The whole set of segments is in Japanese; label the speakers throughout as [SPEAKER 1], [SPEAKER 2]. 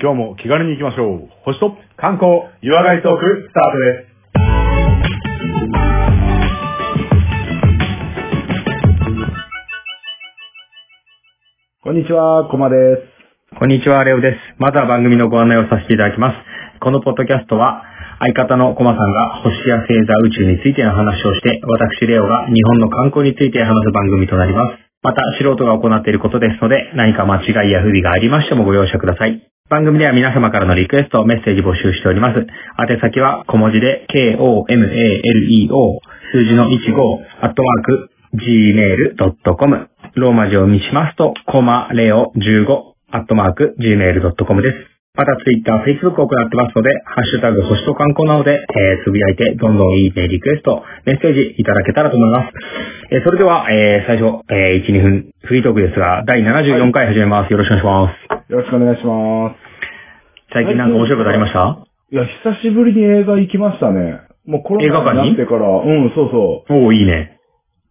[SPEAKER 1] 今日も気軽に行きましょう。星と
[SPEAKER 2] 観光、岩貝トーク、スタートです。こんにちは、コマです。
[SPEAKER 3] こんにちは、レオです。まずは番組のご案内をさせていただきます。このポッドキャストは、相方のコマさんが星や星座宇宙についての話をして、私、レオが日本の観光について話す番組となります。また、素人が行っていることですので、何か間違いや不備がありましてもご容赦ください。番組では皆様からのリクエスト、メッセージ募集しております。宛先は小文字で、k-o-m-a-l-e-o、数字の15、アットマーク、gmail.com。ローマ字を見しますと、コマレオ15、アットマーク、gmail.com です。また、ツイッター、フェイスブックを行ってますので、ハッシュタグ、星と観光なので、えー、つぶやいて、どんどんいいね、リクエスト、メッセージいただけたらと思います。えーそれでは、えー最初、えー1、2分、フリートークですが、第74回始めます。よろしくお願いします。
[SPEAKER 2] よろしくお願いします。
[SPEAKER 3] 最近なんか面白いことありました
[SPEAKER 2] いや、久しぶりに映画行きましたね。もうコロナになってから、うん、そうそう。
[SPEAKER 3] おおいいね。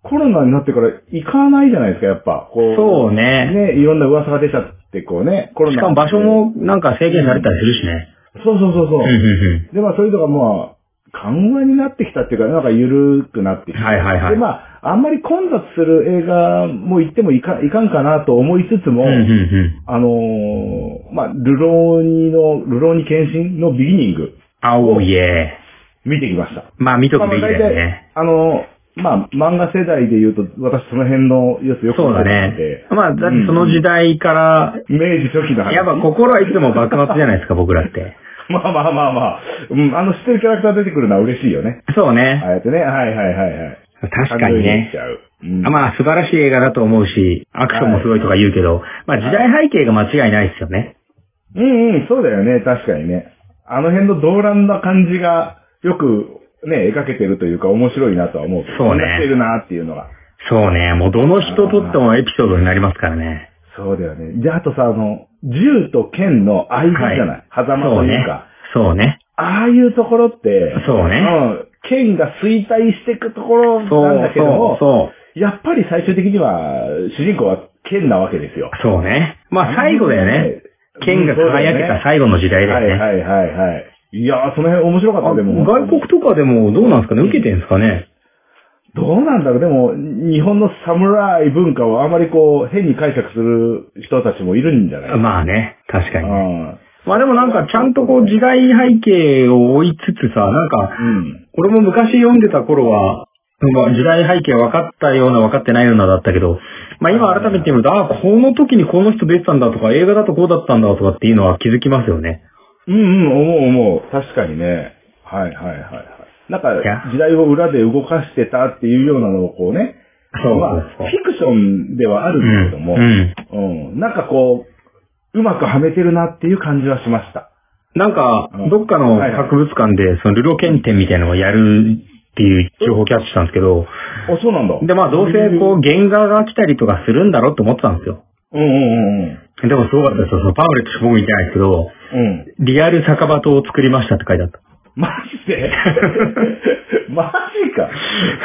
[SPEAKER 2] コロナになってから行かないじゃないですか、やっぱ。こう
[SPEAKER 3] そうね。
[SPEAKER 2] ね、いろんな噂が出ちゃって、こうね、コロナ。
[SPEAKER 3] しかも場所。もなんか制限されたりするしね。
[SPEAKER 2] そうそうそうそう。
[SPEAKER 3] うんうん
[SPEAKER 2] で、まあ、そういうのがまあ、緩和になってきたっていうか、なんか緩くなってき
[SPEAKER 3] うん。
[SPEAKER 2] た。
[SPEAKER 3] はいはいはい。
[SPEAKER 2] で、まあ、あんまり混雑する映画も行ってもいかいかんかなと思いつつも、
[SPEAKER 3] うんうんうん。
[SPEAKER 2] あのーまあ、ルローニの、ルローニ検診のビギニング、
[SPEAKER 3] あおいえ。
[SPEAKER 2] 見てきました。
[SPEAKER 3] まあ見とくべきだよ
[SPEAKER 2] ま
[SPEAKER 3] ね。
[SPEAKER 2] あのーまあ、漫画世代で言うと、私その辺のやつよく
[SPEAKER 3] そう
[SPEAKER 2] 見
[SPEAKER 3] だ
[SPEAKER 2] てた
[SPEAKER 3] ね
[SPEAKER 2] んで、。
[SPEAKER 3] まあだってその時代から、
[SPEAKER 2] 明治初期の話。
[SPEAKER 3] やっぱ心はいつも幕末じゃないですか、僕らって。
[SPEAKER 2] まあまあまあまあ、うん、あの知ってるキャラクター出てくるのは嬉しいよね。
[SPEAKER 3] そうね。
[SPEAKER 2] ああやってね、はいはいはいはい。
[SPEAKER 3] 確かに
[SPEAKER 2] 感情
[SPEAKER 3] ね
[SPEAKER 2] 移入し。ちゃう。うん
[SPEAKER 3] まあ素晴らしい映画だと思うし、アクションもすごいとか言うけど、まあ時代背景が間違いないですよね。
[SPEAKER 2] うんうん、そうだよね、確かにね。あの辺の動乱な感じが、よく、ね、描けてるというか、面白いなとは思う。
[SPEAKER 3] そうね
[SPEAKER 2] なってるなっていうのが。
[SPEAKER 3] そうね。もうどの人とってもエピソードになりますからね。
[SPEAKER 2] そうだよね。で、あとさ、あの、銃と剣の間じゃない、狭間
[SPEAKER 3] そ
[SPEAKER 2] と
[SPEAKER 3] う
[SPEAKER 2] い
[SPEAKER 3] ね
[SPEAKER 2] うか。。
[SPEAKER 3] そうね。
[SPEAKER 2] ああいうところって、
[SPEAKER 3] そう
[SPEAKER 2] う
[SPEAKER 3] ね。
[SPEAKER 2] ん、剣が衰退していくところ
[SPEAKER 3] そう
[SPEAKER 2] なんだけど
[SPEAKER 3] そ
[SPEAKER 2] も
[SPEAKER 3] う、そう。
[SPEAKER 2] やっぱり最終的には、主人公は剣なわけですよ。
[SPEAKER 3] そうね。まあ最後だよね。剣が輝けた最後の時代だ
[SPEAKER 2] はい
[SPEAKER 3] よね。
[SPEAKER 2] はいはいはい。いやー、その辺面白かった、でも。
[SPEAKER 3] 外国とかでもどうなんですかね受けてんですかね
[SPEAKER 2] どうなんだろうでも、日本の侍文化をあまりこう、変に解釈する人たちもいるんじゃない
[SPEAKER 3] まあね、確か
[SPEAKER 2] う
[SPEAKER 3] に。
[SPEAKER 2] ん。うん。
[SPEAKER 3] まあでもなんかちゃんとこう時代背景を追いつつさ、なんか、俺も昔読んでた頃は、まあ時代背景分かったような分かってないようなだったけど、まあ今改めて見ると、ああ、この時にこの人出てたんだとか、映画だとこうだったんだとかっていうのは気づきますよね。
[SPEAKER 2] うんうん、思う思う。確かにね。はいはいはいはい。なんか
[SPEAKER 3] いや、
[SPEAKER 2] 時代を裏で動かしてたっていうようなのをこうね。
[SPEAKER 3] そう
[SPEAKER 2] まあ、
[SPEAKER 3] そう
[SPEAKER 2] フ
[SPEAKER 3] そう。
[SPEAKER 2] ィクションではある
[SPEAKER 3] うん
[SPEAKER 2] だけども、
[SPEAKER 3] ん。うん
[SPEAKER 2] うん、なんかこう、うまくはめてるなっていう感じはしました。
[SPEAKER 3] なんか
[SPEAKER 2] うん、
[SPEAKER 3] どっかの
[SPEAKER 2] はいはい
[SPEAKER 3] 博物館で、そのルロ検定みたいなのをやるっていう情報キャッチしたんですけど、
[SPEAKER 2] お、そうなんだ。
[SPEAKER 3] で、まあ、どうせ、こう、原画が来たりとかするんだろうと思ってたんですよ。
[SPEAKER 2] うんうんうんうん。
[SPEAKER 3] でも、すごかったですよ。そのパンフレットしか僕見てないですけど、
[SPEAKER 2] うん。
[SPEAKER 3] リアル酒場島を作りましたって書いてあった。
[SPEAKER 2] マジ でマジか。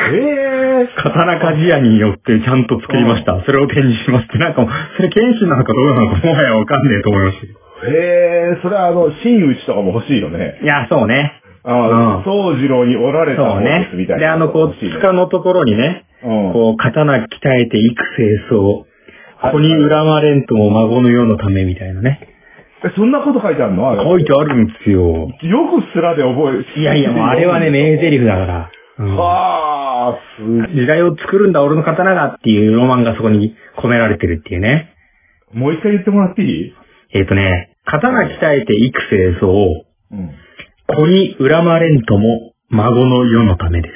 [SPEAKER 2] ええ
[SPEAKER 3] 刀鍛冶屋によってちゃんと作りました。それを展示しますって。なんかもう、それ剣士なのかどうなのかもはやわかんねえと思いまし
[SPEAKER 2] ええそれはあの、真打ちとかも欲しいよね。
[SPEAKER 3] た。いや、そうね。
[SPEAKER 2] あ
[SPEAKER 3] うん
[SPEAKER 2] あ、宗次郎におられた
[SPEAKER 3] そう
[SPEAKER 2] もんで
[SPEAKER 3] ね
[SPEAKER 2] すみた。いな。
[SPEAKER 3] で、あの、こう、
[SPEAKER 2] 欲しいね
[SPEAKER 3] 塚のところにね、
[SPEAKER 2] うん。
[SPEAKER 3] こう、刀鍛えていく清掃。ここに恨まれんとも孫の世のためみたいなね。
[SPEAKER 2] えそんなこと書いてあるのあれ
[SPEAKER 3] 書いてあるんですよ。
[SPEAKER 2] よくすらで覚え、
[SPEAKER 3] いやいや、もうあれはね、名台詞だから。うん
[SPEAKER 2] はあ、す
[SPEAKER 3] 時代を作るんだ俺の刀がっていうロマンがそこに込められてるっていうね。
[SPEAKER 2] もう一回言ってもらっていい
[SPEAKER 3] えっ、とね、刀鍛えて育成層、
[SPEAKER 2] うん。
[SPEAKER 3] 子に恨まれんとも孫の世のためで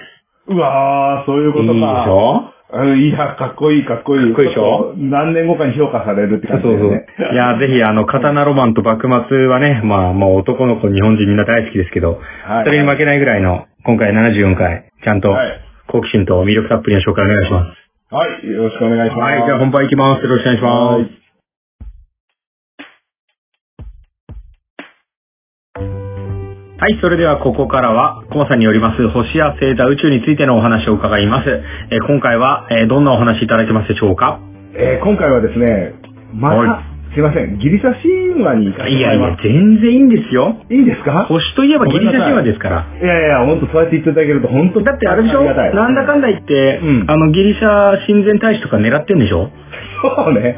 [SPEAKER 3] す。
[SPEAKER 2] うわー、そういうこ
[SPEAKER 3] いい
[SPEAKER 2] と
[SPEAKER 3] で
[SPEAKER 2] か。
[SPEAKER 3] しょ
[SPEAKER 2] うんいや、かっこいい、かっこいい。
[SPEAKER 3] かっこいいでしょ
[SPEAKER 2] ちっと何年後かに評価されるって
[SPEAKER 3] そ
[SPEAKER 2] 感
[SPEAKER 3] う
[SPEAKER 2] じだ
[SPEAKER 3] そ
[SPEAKER 2] よ
[SPEAKER 3] う
[SPEAKER 2] ね。
[SPEAKER 3] いや、ぜひあの、刀ロマンと幕末はね、まあもう男の子日本人みんな大好きですけど、
[SPEAKER 2] はい
[SPEAKER 3] それに負けないぐらいの、今回74回、ちゃんと
[SPEAKER 2] はい
[SPEAKER 3] 好奇心と魅力たっぷりの紹介お願いしま
[SPEAKER 2] はい、よろしくお願いし
[SPEAKER 3] す。
[SPEAKER 2] ます。
[SPEAKER 3] はい、じゃあ本番いきます。よろしくお願いしま
[SPEAKER 2] は
[SPEAKER 3] す
[SPEAKER 2] い。
[SPEAKER 3] はい、それではここからは、コマさんによります、星や星座宇宙についてのお話を伺います。えー今回は、えーどんなお話いただけますでしょうか
[SPEAKER 2] えー今回はですね、また
[SPEAKER 3] はい
[SPEAKER 2] すいません、ギリシャ神話に行かせて
[SPEAKER 3] い
[SPEAKER 2] もら
[SPEAKER 3] や
[SPEAKER 2] い
[SPEAKER 3] い
[SPEAKER 2] ま
[SPEAKER 3] や、
[SPEAKER 2] す。
[SPEAKER 3] 全然いいんですよ。
[SPEAKER 2] いいんですか
[SPEAKER 3] 星といえばギリシャ神話ですから。
[SPEAKER 2] いやいや、ほんとそうやって言っていただけると、本当
[SPEAKER 3] だってあれでしょ
[SPEAKER 2] りがたい
[SPEAKER 3] なんだかんだ言って、
[SPEAKER 2] うん
[SPEAKER 3] あの、ギリシャ親善大使とか狙ってんでしょ
[SPEAKER 2] そうね。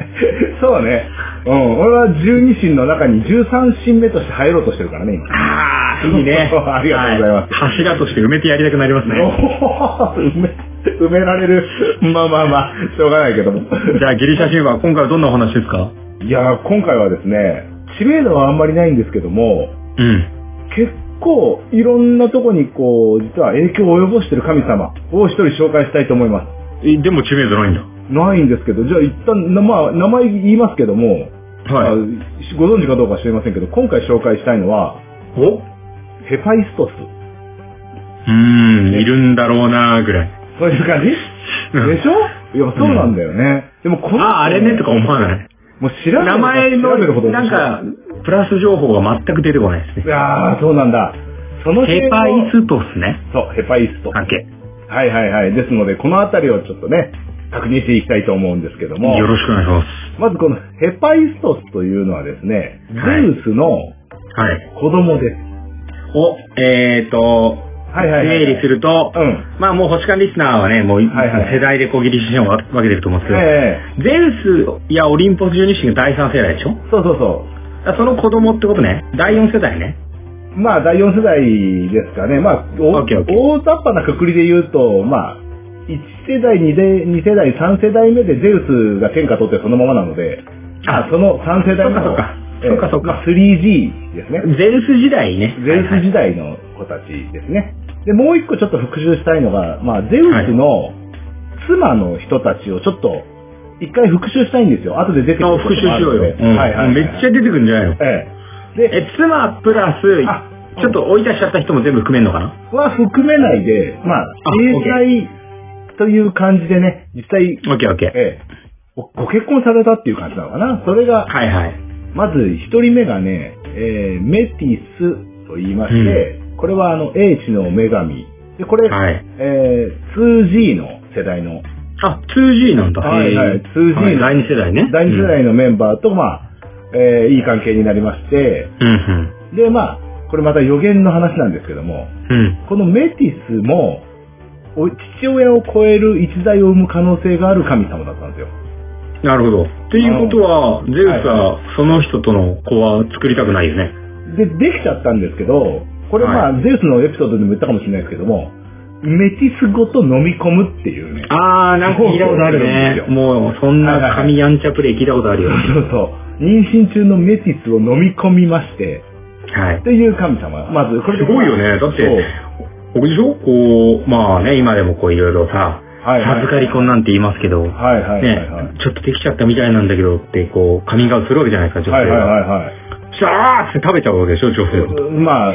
[SPEAKER 2] そうね。うん。俺は12神の中に13神目として入ろうとしてるからね、今。
[SPEAKER 3] ああ、
[SPEAKER 2] いいねありがとうございます
[SPEAKER 3] は柱として埋めてやりたくなりますね。
[SPEAKER 2] おー 埋め、埋められる。まあまあまあ、しょうがないけども。
[SPEAKER 3] じゃあ、ギリシャ神話、今回はどんなお話ですか
[SPEAKER 2] いやー、今回はですね、知名度はあんまりないんですけども、
[SPEAKER 3] うん。
[SPEAKER 2] 結構いろんなとこにこう、実は影響を及ぼしてる神様を一人紹介したいと思います。
[SPEAKER 3] えでも知名度ないんだ。
[SPEAKER 2] ないんですけど、じゃあ一旦、なまあ、名前言いますけども、まあ
[SPEAKER 3] はい。
[SPEAKER 2] ご存知かどうかは知りませんけど、今回紹介したいのは、
[SPEAKER 3] おう
[SPEAKER 2] ヘパイストス。
[SPEAKER 3] ーん、いるんだろうなぐらい。
[SPEAKER 2] そういう感じ
[SPEAKER 3] うん
[SPEAKER 2] でしょいや、そうなんだよね。でもこの人、
[SPEAKER 3] ああ、あれねとか思わない。
[SPEAKER 2] もう調べれば
[SPEAKER 3] 名前
[SPEAKER 2] 調べるほど面
[SPEAKER 3] の、なん
[SPEAKER 2] 白い
[SPEAKER 3] か、プラス情報が全く出てこないですね。
[SPEAKER 2] ああ、そうなんだ。その辺
[SPEAKER 3] ヘ
[SPEAKER 2] を
[SPEAKER 3] パイストスね。
[SPEAKER 2] そう、ヘパイスト。
[SPEAKER 3] 関係。
[SPEAKER 2] はいはいはい。ですので、このあたりをちょっとね、確認していきたいと思うんですけども、
[SPEAKER 3] よろしくお願いしま
[SPEAKER 2] まずこのヘパイストスというのはですね、
[SPEAKER 3] はい
[SPEAKER 2] ゼウスの
[SPEAKER 3] す。はい。
[SPEAKER 2] 子供です。
[SPEAKER 3] を、えーと、
[SPEAKER 2] はいはいはいはい
[SPEAKER 3] 整理すると、
[SPEAKER 2] うん。
[SPEAKER 3] まあもう星間リスナーはね、もう、
[SPEAKER 2] はいはい
[SPEAKER 3] 世代でこうギリシャ神話を分けてると思うんですけど、
[SPEAKER 2] え
[SPEAKER 3] ゼウスやオリンポス十二神が第3世代でしょ
[SPEAKER 2] えそうそうそ
[SPEAKER 3] あその子供ってことね。第4世代ね。
[SPEAKER 2] う。まあ、第4世代ですかね。まあ、
[SPEAKER 3] オ
[SPEAKER 2] お
[SPEAKER 3] ッケーオッケー
[SPEAKER 2] 大雑把なくくりで言うと、まあ、1世代、2, で2世代、3世代目でゼウスが天下取ってそのままなので、まあ、その3世代目の、
[SPEAKER 3] そっか
[SPEAKER 2] ええ
[SPEAKER 3] そっかそっか
[SPEAKER 2] まあ 3G ですね。
[SPEAKER 3] ゼウス時代ね。
[SPEAKER 2] ゼウス時代の子たちですね。で、もう一個ちょっと復習したいのが、まあ、ゼウスの妻の人たちをちょっと、一回復習したいんですよ。後で出てくる
[SPEAKER 3] あ
[SPEAKER 2] ことも
[SPEAKER 3] 復習し
[SPEAKER 2] ある
[SPEAKER 3] よ
[SPEAKER 2] の
[SPEAKER 3] う
[SPEAKER 2] で
[SPEAKER 3] よ。うん
[SPEAKER 2] はいはい、はい。
[SPEAKER 3] めっちゃ出てくんじゃないの
[SPEAKER 2] ええ。で、
[SPEAKER 3] え、妻プラス
[SPEAKER 2] あ、
[SPEAKER 3] ちょっと追い出しちゃった人も全部含めんのかな
[SPEAKER 2] は含めないで、まあ、
[SPEAKER 3] オッケ
[SPEAKER 2] 英才という感じでね、実際、
[SPEAKER 3] オッケーオッケー。
[SPEAKER 2] ええ、ごご結婚されたっていう感じなのかな。それが、
[SPEAKER 3] はいはい。
[SPEAKER 2] まず一人目がね、えーメティスと言いまして、これはあの、英知の女神。で、これ、
[SPEAKER 3] はい。
[SPEAKER 2] えー 2G の世代の、
[SPEAKER 3] あ、2G なんだ。
[SPEAKER 2] はいはい
[SPEAKER 3] へー
[SPEAKER 2] 2G
[SPEAKER 3] はい第2世代ね。
[SPEAKER 2] 第二世代のメンバーと、まあ、えーいい関係になりまして、
[SPEAKER 3] うん。うん
[SPEAKER 2] で、まあ、これまた予言の話なんですけども、
[SPEAKER 3] うん。うん。
[SPEAKER 2] このメティスも、お父親を超える逸材を生む可能性がある神様だったんですよ。
[SPEAKER 3] なるほど。っていうことは、ゼウスはその人との子は作りたくないよね。
[SPEAKER 2] で、できちゃったんですけど、これまあ、ゼウスのエピソードでも言ったかもしれないですけども、メティスごと飲み込むっていうね。
[SPEAKER 3] あー、なんか聞いたことあるね。もう、そんな神やんちゃプレイ聞いたことある
[SPEAKER 2] そ
[SPEAKER 3] よ。
[SPEAKER 2] う
[SPEAKER 3] は
[SPEAKER 2] そうそう。妊娠中のメティスを飲み込みまして、
[SPEAKER 3] い
[SPEAKER 2] と。いう神様。まず、これ
[SPEAKER 3] すごいよね。だっ
[SPEAKER 2] そう
[SPEAKER 3] て、僕でしょこう、まあね、今でもこういろいろさ、
[SPEAKER 2] はいはい
[SPEAKER 3] 授かり婚なんて言いますけど、
[SPEAKER 2] はいはいはい
[SPEAKER 3] ね
[SPEAKER 2] はい。、
[SPEAKER 3] ちょっとできちゃったみたいなんだけどって、こう、カミングアウトするわけじゃないですか、女
[SPEAKER 2] はい
[SPEAKER 3] 性
[SPEAKER 2] はい
[SPEAKER 3] は。
[SPEAKER 2] はいはい。
[SPEAKER 3] シャーって食べちゃうわけでしょ、女性 は。
[SPEAKER 2] まあ、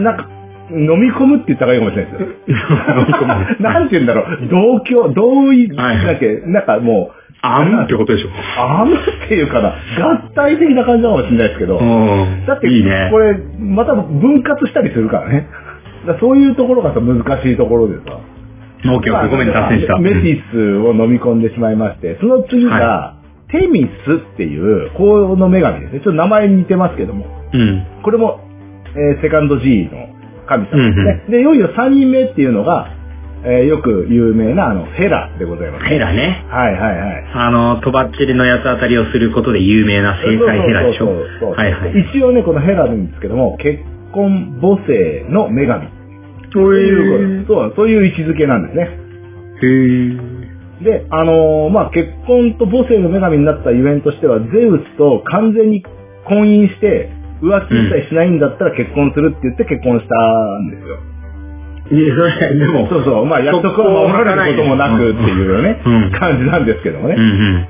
[SPEAKER 2] なんか、飲み込むって言った方がいいかもしれないですよ。 なんて言うんだろう、同居、同意、
[SPEAKER 3] はい
[SPEAKER 2] だっけ、なんかもう、
[SPEAKER 3] あんってことでしょ。
[SPEAKER 2] あむっていうかな、合体的な感じなのかもしれないですけど、
[SPEAKER 3] うん。
[SPEAKER 2] だって、
[SPEAKER 3] いいね
[SPEAKER 2] こ。れ、また分割したりするからね。だからそういうところがさ、難しいところでさ。
[SPEAKER 3] オッケーオッケーごめん、
[SPEAKER 2] まあ
[SPEAKER 3] 脱線した。
[SPEAKER 2] メティスを飲み込んでしまいまして、その次が、
[SPEAKER 3] は
[SPEAKER 2] テミスっていう、紅葉の女神ですね。ちょっと名前に似てますけども。
[SPEAKER 3] うん。
[SPEAKER 2] これも、えーセカンド G の神様ですね。で、いよいよ3人目っていうのが、えーよく有名なあの、フェラでございます。
[SPEAKER 3] ヘラね。
[SPEAKER 2] はいはいはい。
[SPEAKER 3] あの、とばっちりの八つ当たりをすることで有名な正解ヘラでしょ。
[SPEAKER 2] そうそうそうそう
[SPEAKER 3] はいはい。
[SPEAKER 2] 一応ね、このヘラなんですけども、結婚母性の女神
[SPEAKER 3] そ
[SPEAKER 2] ということ、そう、そういう位置づけなんですね。
[SPEAKER 3] へー。
[SPEAKER 2] で、あのーまあ、結婚と母性の女神になったゆえんとしては、ゼウスと完全に婚姻して、浮気一切しないんだったら結婚するって言って結婚したんですよ。
[SPEAKER 3] いや、それ、でも、
[SPEAKER 2] そうそう、まあ約束は守られることもなくっていうね、
[SPEAKER 3] うん
[SPEAKER 2] 感じなんですけども
[SPEAKER 3] う
[SPEAKER 2] ね
[SPEAKER 3] ん。うん。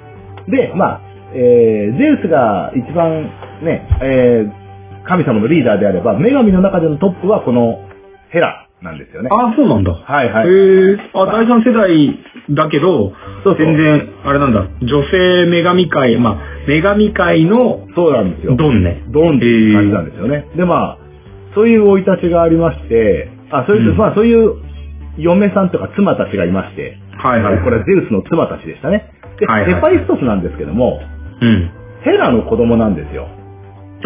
[SPEAKER 2] で、まあ、えー、ゼウスが一番ね、えー、神様のリーダーであれば、女神の中でのトップはこのヘラなんですよね。
[SPEAKER 3] あ、そうなんだ。
[SPEAKER 2] はいはい。
[SPEAKER 3] へえ。あ、第三世代だけど、
[SPEAKER 2] そうそう
[SPEAKER 3] 全然、あれなんだ、女性女神界、まあ、女神界の
[SPEAKER 2] そうなんですよ。
[SPEAKER 3] ドンね。
[SPEAKER 2] ドンっていう感じなん
[SPEAKER 3] へ
[SPEAKER 2] ですよね。で、まあ、そういう生い立ちがありまして、あ、そういう、
[SPEAKER 3] うん
[SPEAKER 2] まあそういう嫁さんとか妻たちがいまして、
[SPEAKER 3] えはいはい。
[SPEAKER 2] これはゼウスの妻たちでしたね。で、
[SPEAKER 3] はいはい
[SPEAKER 2] ヘパイストスなんですけども、
[SPEAKER 3] うん。
[SPEAKER 2] ヘラの子供なんですよ。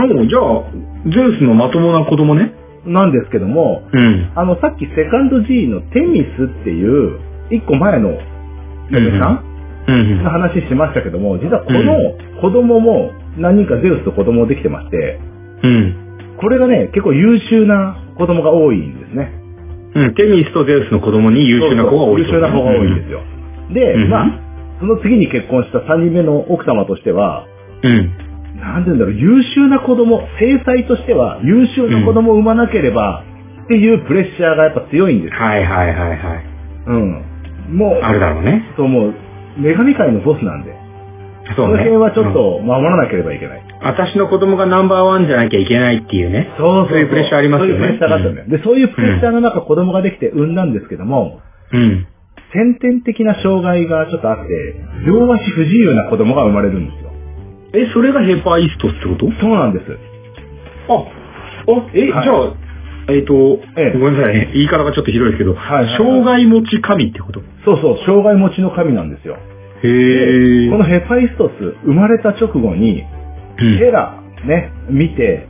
[SPEAKER 3] おうじゃあ、ゼウスのまともな子供ね。
[SPEAKER 2] なんですけども、
[SPEAKER 3] うん。
[SPEAKER 2] あの、さっきセカンド G のテミスっていう、一個前の嫁さん
[SPEAKER 3] うん
[SPEAKER 2] の。話しましたけども、実はこの子供も何人かゼウスと子供できてまして、
[SPEAKER 3] うん。
[SPEAKER 2] これがね、結構優秀な子供が多いんですね。
[SPEAKER 3] うん。テミスとゼウスの子供に優秀な子が多い。
[SPEAKER 2] 優秀な子が多いんですよ。で、
[SPEAKER 3] うん
[SPEAKER 2] まあ、その次に結婚した3人目の奥様としては、
[SPEAKER 3] うん。
[SPEAKER 2] なんて言うんだろう、優秀な子供、制裁としては優秀な子供を産まなければっていうプレッシャーがやっぱ強いんですよ。
[SPEAKER 3] はいはいはいはい。
[SPEAKER 2] うん。もう、
[SPEAKER 3] あるだろうね。
[SPEAKER 2] そうもう、女神界のボスなんで、そ
[SPEAKER 3] そう
[SPEAKER 2] の
[SPEAKER 3] ね。
[SPEAKER 2] 辺はちょっと守らなければいけない。
[SPEAKER 3] うん。私の子供がナンバーワンじゃなきゃいけないっていうね。
[SPEAKER 2] そうそう
[SPEAKER 3] そういうプレッシャーありますよね
[SPEAKER 2] そういうプレッシャーがあったんだよ。で、そういうプレッシャーの中子供ができて産んだんですけども、
[SPEAKER 3] うん。
[SPEAKER 2] 先天的な障害がちょっとあって、両足不自由な子供が生まれるんですよ。
[SPEAKER 3] え、それがヘパイストってこと
[SPEAKER 2] そうなんです。
[SPEAKER 3] あ、あ、え、
[SPEAKER 2] はい
[SPEAKER 3] じゃあ、えっ、と、
[SPEAKER 2] ええ
[SPEAKER 3] ごめんなさいね。言い方がちょっとひどいですけど、
[SPEAKER 2] はいはいはい
[SPEAKER 3] 障害持ち神ってことへ
[SPEAKER 2] そうそう、障害持ちの神なんですよ。
[SPEAKER 3] え。
[SPEAKER 2] このヘパイストス、生まれた直後に、
[SPEAKER 3] うん
[SPEAKER 2] ヘラ、ね、見て、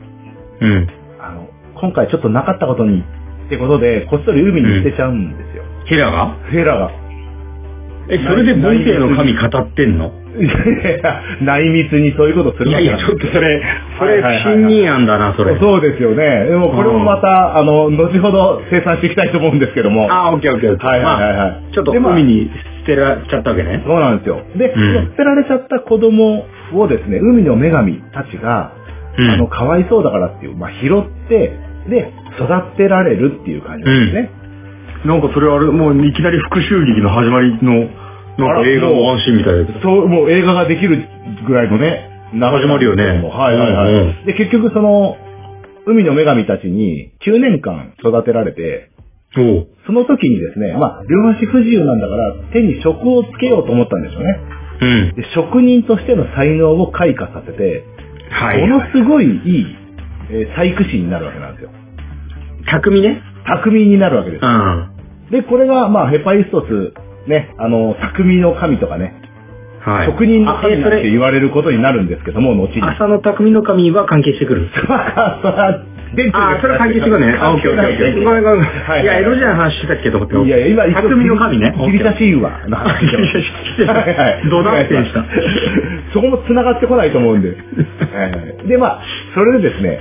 [SPEAKER 3] うん。
[SPEAKER 2] あの、今回ちょっとなかったことに、ってことで、こっそり海に捨てちゃうんですよ。
[SPEAKER 3] ヘラが
[SPEAKER 2] ヘラが。
[SPEAKER 3] え、それで母性の神語ってんの
[SPEAKER 2] いやいや内密にそういうことする
[SPEAKER 3] いやいや、ちょっとそれ、それ
[SPEAKER 2] はいはいはいはい、
[SPEAKER 3] 不信任案だな、それ。
[SPEAKER 2] そうですよね。でもこれもまた、あの、後ほど生産していきたいと思うんですけども。は
[SPEAKER 3] あー、オッケーオッケーオッケ
[SPEAKER 2] い
[SPEAKER 3] ー。
[SPEAKER 2] はいはい
[SPEAKER 3] まあ
[SPEAKER 2] はい。
[SPEAKER 3] ちょっと
[SPEAKER 2] でまあ
[SPEAKER 3] 海に捨てられちゃったわけね。
[SPEAKER 2] そうなんですよ。で、
[SPEAKER 3] うん
[SPEAKER 2] その捨てられちゃった子供をですね、海の女神たちが、
[SPEAKER 3] うん
[SPEAKER 2] あの、かわいそうだからっていう、まあ、拾って、で、育てられるっていう感じなんですね。
[SPEAKER 3] なんかそれあれ、もういきなり復讐劇の始まりの、なんか映画のワンシーンみたいだけど。
[SPEAKER 2] そう、もう映画ができるぐらいのね、
[SPEAKER 3] 始まるよね
[SPEAKER 2] はいはいはい。
[SPEAKER 3] うん
[SPEAKER 2] で、結局その、海の女神たちに9年間育てられて、
[SPEAKER 3] おう。
[SPEAKER 2] その時にですね、まあ、両足不自由なんだから、手に職をつけようと思ったんでしょうね。
[SPEAKER 3] うん。
[SPEAKER 2] で、職人としての才能を開花させて、
[SPEAKER 3] はい。
[SPEAKER 2] ものすごいいい、えー細工師になるわけなんですよ。
[SPEAKER 3] 匠ね。
[SPEAKER 2] 匠になるわけです
[SPEAKER 3] う。ん。
[SPEAKER 2] で、これが、まあ、ヘパイストス、ね、あの、匠の神とかね、
[SPEAKER 3] はい。
[SPEAKER 2] 職人の神なん
[SPEAKER 3] あえ
[SPEAKER 2] て言われることになるんですけども、後
[SPEAKER 3] そ
[SPEAKER 2] に。
[SPEAKER 3] れ、浅野匠の神は関係してくる。あー、それは関係してくるね。あ、オッケーオッケーオッケー。ごめんごめん。
[SPEAKER 2] はい
[SPEAKER 3] いや、江戸時代の話してたっけと思って。
[SPEAKER 2] いやいや、今、一応
[SPEAKER 3] 匠の神ね。
[SPEAKER 2] ギリシャ神 話の話
[SPEAKER 3] ギリシャ神話
[SPEAKER 2] はいはい
[SPEAKER 3] ドナー選手だ
[SPEAKER 2] そこも繋がってこないと思うんで。はいで、まあ、それでですね、